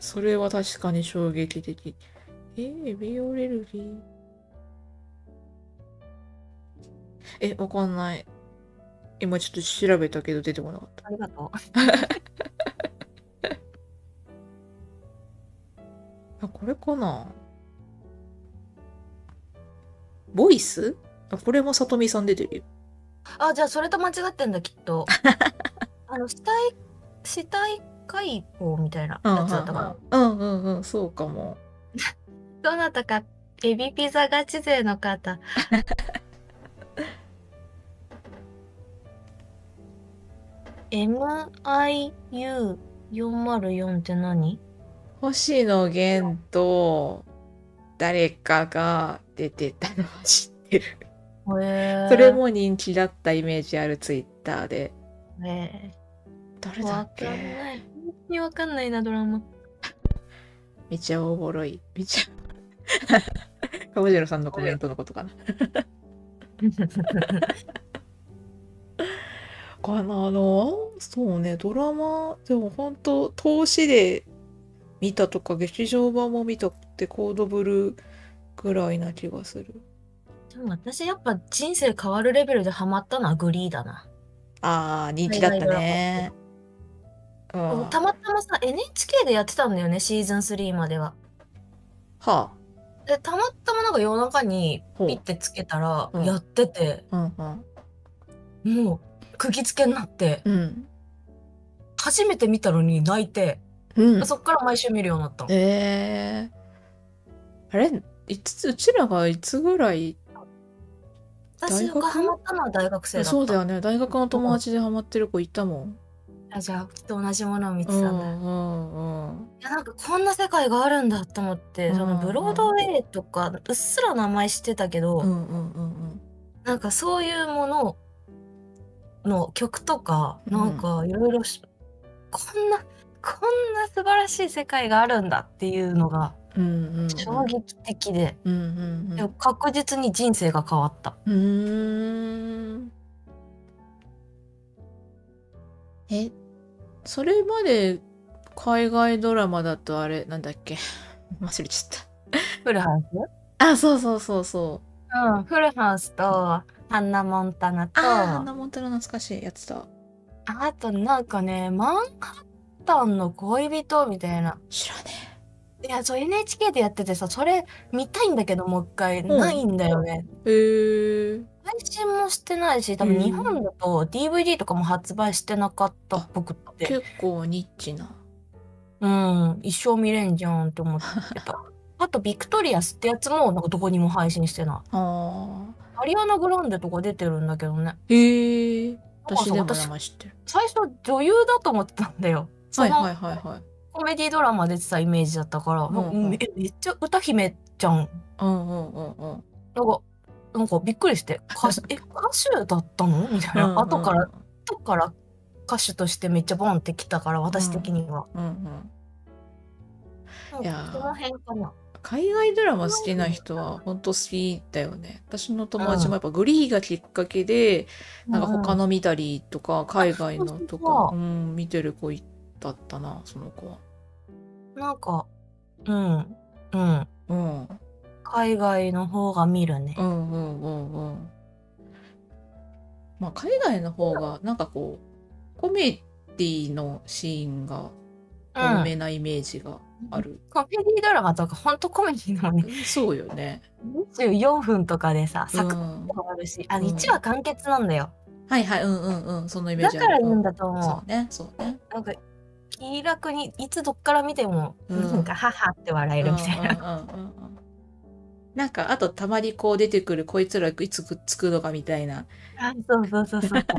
それは確かに衝撃的。え、エビオレルギーえ、わかんない。今ちょっと調べたけど出てこなかった。ありがとう。あ、これかなボイスあ、これもさとみさん出てるよ。あ、じゃあそれと間違ってんだ、きっ と。あの、死体、死体解剖みたいなやつだったかな。うんうんうん、そうかも。どなたか、エビピザガチ勢の方。MIU404 って何星野源と誰かが出てたのは知ってる。へーそれも人気だったイメージあるツイッターで。へ誰ーだわっかんけない。本当にわかんないな、ドラマ。めっちゃおぼろい。めっちゃ。 かぼじろさんのコメントのことかな。かなあのそうね、ドラマ、でも本当投資で見たとか、劇場版も見たってコードブルーぐらいな気がする。でも私やっぱ人生変わるレベルでハマったのはグリーだな。ああ、人気だったね。うん。はたまたまさ NHK でやってたんだよねシーズン3までは。あ。でたまたまなんか夜中にほうピッてつけたらうんやってて、うんうん。もう釘付けになってうん。初めて見たのに泣いて、うん。そっから毎週見るようになったの。ええあれいつうちらがいつぐらい私大学がハマったのは大学生だった。そうだよね大学の友達でハマってる子いたもん。あじゃあきっと同じものを見てうたんんうだ。いんうん。やなんかこんな世界があるんだと思って、うんそのブロードウェイとかうっすら名前知ってたけど、うんうんうんなんかそういうものの曲とかうんなんかいろいろしこんなこんな素晴らしい世界があるんだっていうのがうん。うんうんうん。衝撃的で、うんうんうんでも確実に人生が変わった。うーん。え、それまで海外ドラマだとあれなんだっけ 忘れちゃっフルハウた。あ、そうそうそうそう。スうん、フルハウスとハンナ・モンタナとあああ、なもんたら懐かしいやつだ。となんかねマンハッタンの恋人みたいな。知らねえ。いやそう NHK でやっててさそれ見たいんだけどもう一回、んないんだよね。えー、配信もしてないし多分うん日本だと DVD とかも発売してなかったっぽくって結構ニッチな。うん一生見れんじゃんって思ってた あとビクトリアスってやつもなんかどこにも配信してなあいあ。アリアナ・グランデとか出てるんだけどねへえ。私でも私生知ってる。最初女優だと思ってたんだよ。はいそのはいはいはい。コメディドラマ出てたイメージだったから、うんうんもうめめっちゃ歌姫じゃん。うんうんうんうん。なんか、なんかびっくりして、歌手え、歌手だったのみたいな。後から、。後から歌手としてめっちゃボンってきたから、私的には。うんうん。いやーその辺かな。海外ドラマ好きな人は本当好きだよね。私の友達もやっぱグリーがきっかけで、なんか他の、の見たりとか、海外のとかあ、うそん、見てる子だったな、その子は。なんか、うん、うん。うん。海外の方が見るねう。んうんうんうん。まあ海外の方がなんかこうコメディのシーンがう多ん。めなイメージがある。コメディドラマとか、ほんとコメディなのね。そうよね。 24分とかでさ、うサクッんと、終わるし、あうんの、1話完結なんだよ。はいはいうんうんうんそのイメーだジかあらる。いいんだとうん思うそ。うねそうね。なんか気楽にいつどっから見ても、うんなんかハハって笑えるみたいな。うんうんうんうんうんなんかあとたまにこう出てくるこいつらいつくっつくのかみたいな。あ そうそうそうそう。それだ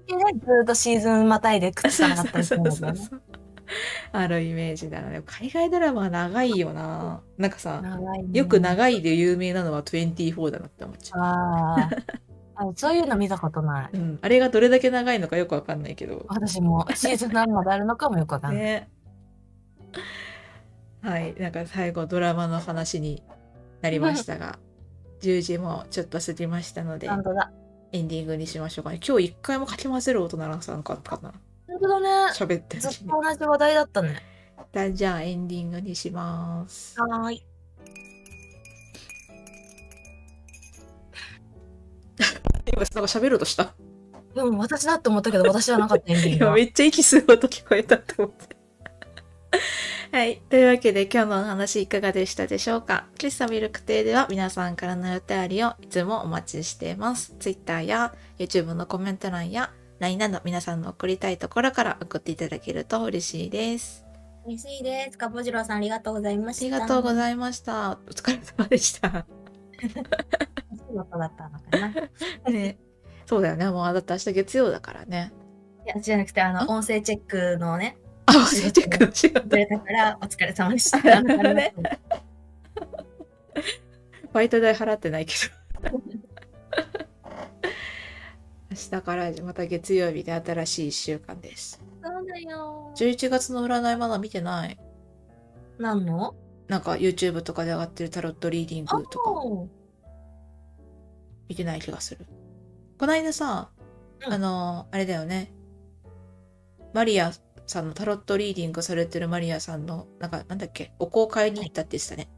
けでずっとシーズンまたいでくっつかなかったりするんだよね。そう。 あるイメージだな。でも海外ドラマは長いよな。なんかさ、長いねよく長いで有名なのは24だなって思っちゃう。あーあそういうの見たことない。うん、あれがどれだけ長いのかよくわかんないけど。私もシーズン何まであるのかもよくわかんない。ね。はい、なんか最後ドラマの話になりました が、10時もちょっと過ぎましたので、本当だ。エンディングにしましょうかね。今日一回もかき混ぜる大人なさんかったかな。本当だね。喋ってるずっ し、ね。と同じ話題だったね。一旦じゃあエンディングにします。はーい。今なんか喋ろうとした。でも私だって思ったけど私はなかったエンディ ング今はめっちゃ息吸う音聞こえたと思って。 はい。というわけで今日のお話いかがでしたでしょうか喫茶ミルク亭では皆さんからのお便りをいつもお待ちしています。Twitter や YouTube のコメント欄や LINE など皆さんの送りたいところから送っていただけると嬉しいです。あ美味しいです。かぼじろうさんありがとうございました。りがとうございました。お疲れ様でした。そうだっただったのかな。 いね。そうだよね。もうだって明日月曜だからね。や、じゃなくて、あの、音声チェックのね、あ、忘 れてくの仕事く。れたから、お疲れ様でした。 なるほどねバイト代払ってないけど。明日からまた月曜日で新しい1週間です。そうだよ。 11月の占いまだ見てない。何のなんか YouTube とかで上がってるタロットリーディングとかおー見てない気がする。こないださ、うんあの、あれだよね。マリアさんのタロットリーディングされてるマリアさんの、なんかなんだっけ、お香買いに行ったって言ってたね。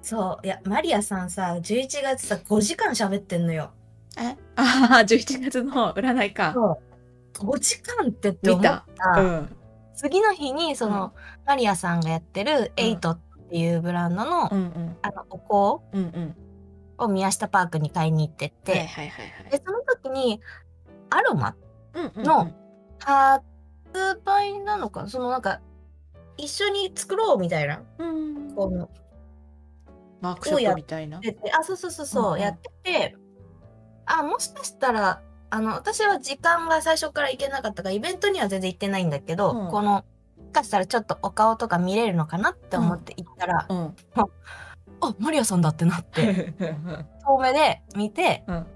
そう、いや、マリアさんさ、11月さ、5時間喋ってんのよ。えああ、11月の占いか。 5時間ってって思見ったた。。うん。次の日に、その、マリアさんがやってる、エイトっていうブランドの、うんうん。あの、お香うんうん。を宮下パークに買いに行ってって、はいはいはいはい。で、その時に、アロマ、のの発売なのかなそのなんか、一緒に作ろうみたいな、この、ワークショップみたいな。出てあそうそうそうそう、うんうんやっててあもしかしたらあの私は時間が最初から行けなかったからイベントには全然行ってないんだけど、うんこのもしかしたらちょっとお顔とか見れるのかなって思って行ったら、うん。あマリアさんだってなって 遠目で見て うん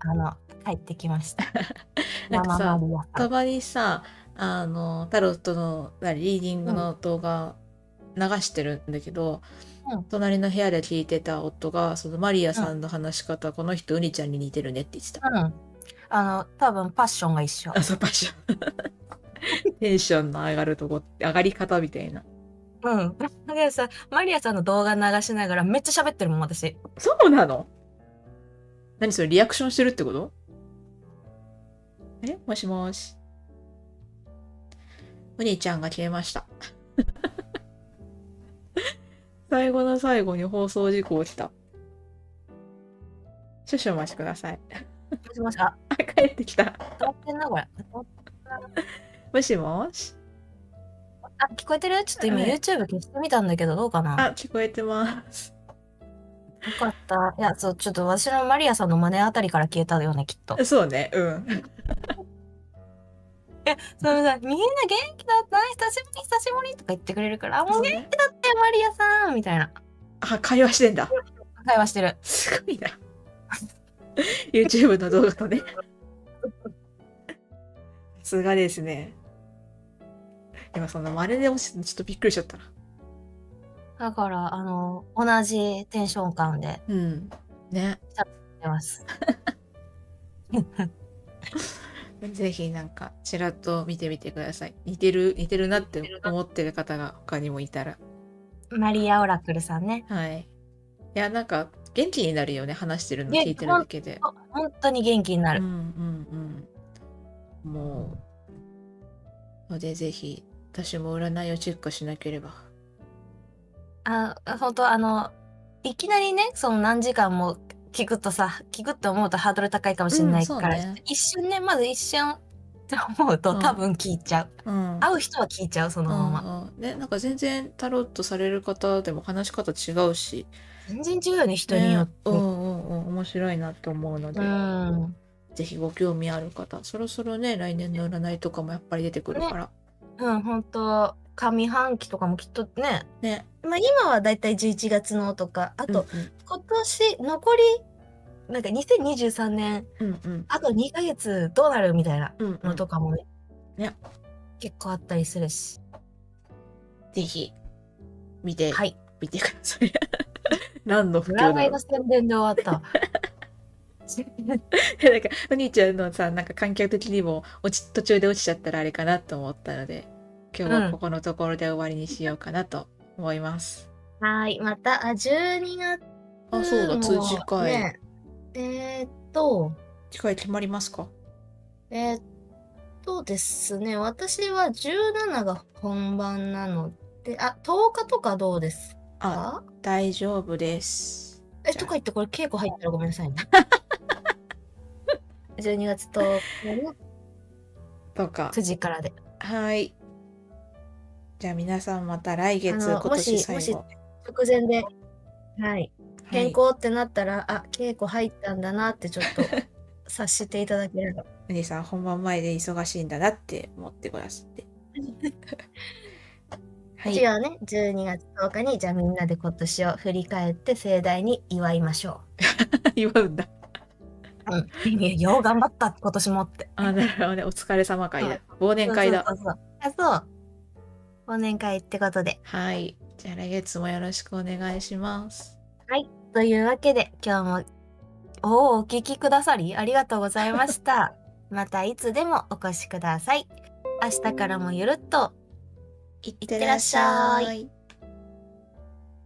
あの帰ってきま した。なんかさ生マリアさたまにさ、あの、タロットのなリーディングの動画流してるんだけど、うん隣の部屋で聞いてた夫が、そのマリアさんの話し方、この人、ウニちゃんに似てるねって言ってた。ん、うん、あの多分パッションが一緒。あ、そう、パッション。 テンションの上がるとこ、上がり方みたいな。うん。 だからさマリアさんの動画流しながらめっちゃ喋ってるもん私。そうなの何それリアクションしてるってことあれもしもし。お兄ちゃんが消えました。 最後の最後に放送事故起きた。少々お待ちください。もしもしああ帰ってきた。止まってんなこれ。もしもし。あ、聞こえてるちょっと今うん YouTube 消してみたんだけど、どうかなあ、聞こえてます。かった。いや、そう、ちょっと私のマリアさんの真似あたりから消えたよね、きっと。そうね、うん。そうだ、みんな元気だった、久しぶり、久しぶりとか言ってくれるから、あ、もう元気だって、マリアさんみたいなあ、会話してんだ。会話してる。すごいな。YouTube の動画とね。さすがですね。今そのまるで落ちてちょっとびっくりしちゃったな。だから、あの、同じテンション感でうん。ね。出ます。ぜひなんかちらっと見てみてください。似てる似てるなって思ってる方が他にもいたら。マリア・オラクルさんね。はい。いやなんか元気になるよね話してるの聞いてるだけで。あ本当に元気になうる。んうんうん。もう。のでぜひ私も占いをチェックしなければ。あ、本当あの、いきなりね、その何時間も聞くとさ、聞くって思うとハードル高いかもしれないうんそうから、ね一瞬ね、まず一瞬って思うとうん多分聞いちゃう。うん会う人は聞いちゃう、そのまま。うんうん、ねなんか全然タロットされる方でも話し方違うし全然違うよね、人によって。ねうんうんうん、面白いなと思うので、うん。ぜひご興味ある方そろそろね来年の占いとかもやっぱり出てくるからうん、本当上半期とかもきっとね、ねまあ、今はだいたい11月のとか、あと、今年残りなんか2023年うんうんうんあと2ヶ月どうなるみたいなうんうんのとかもね,、ね結構あったりするしぜひ見て、はい見てください 何の不況占だいのろう宣伝で終わった なんかお兄ちゃんのさなんか観客的にも落ち途中で落ちちゃったらあれかなと思ったので今日はここのところで終わりにしようかなと思います、 はい、また、あ、12月あそうだも通知会、ねえーっと、機会決まりますかえーっとですね、私は17が本番なので、あ、10日とかどうですかあ大丈夫ですえ、とか言ってこれ稽古入ったらごめんなさいね。12月10日のとか9時からではいじゃあ皆さんまた来月あの今も年し最もし後直前で、はい、はい健康ってなったら、あ、稽古入ったんだなってちょ っと察していただければ。お兄さん本番前で忙しいんだなって思ってくださっては一 い応ね、12月10日に、じゃあみんなで今年を振り返って盛大に祝いましょ祝うんだうんいやよう頑張った今年もってあなるほどねお疲れ様会だ忘年会だそうそうそうそうあそう忘年会ってことではいじゃあ来月もよろしくお願いしますというわけで今日もおおお聞きくださりありがとうございました またいつでもお越しください明日からもゆるっといってらっしゃい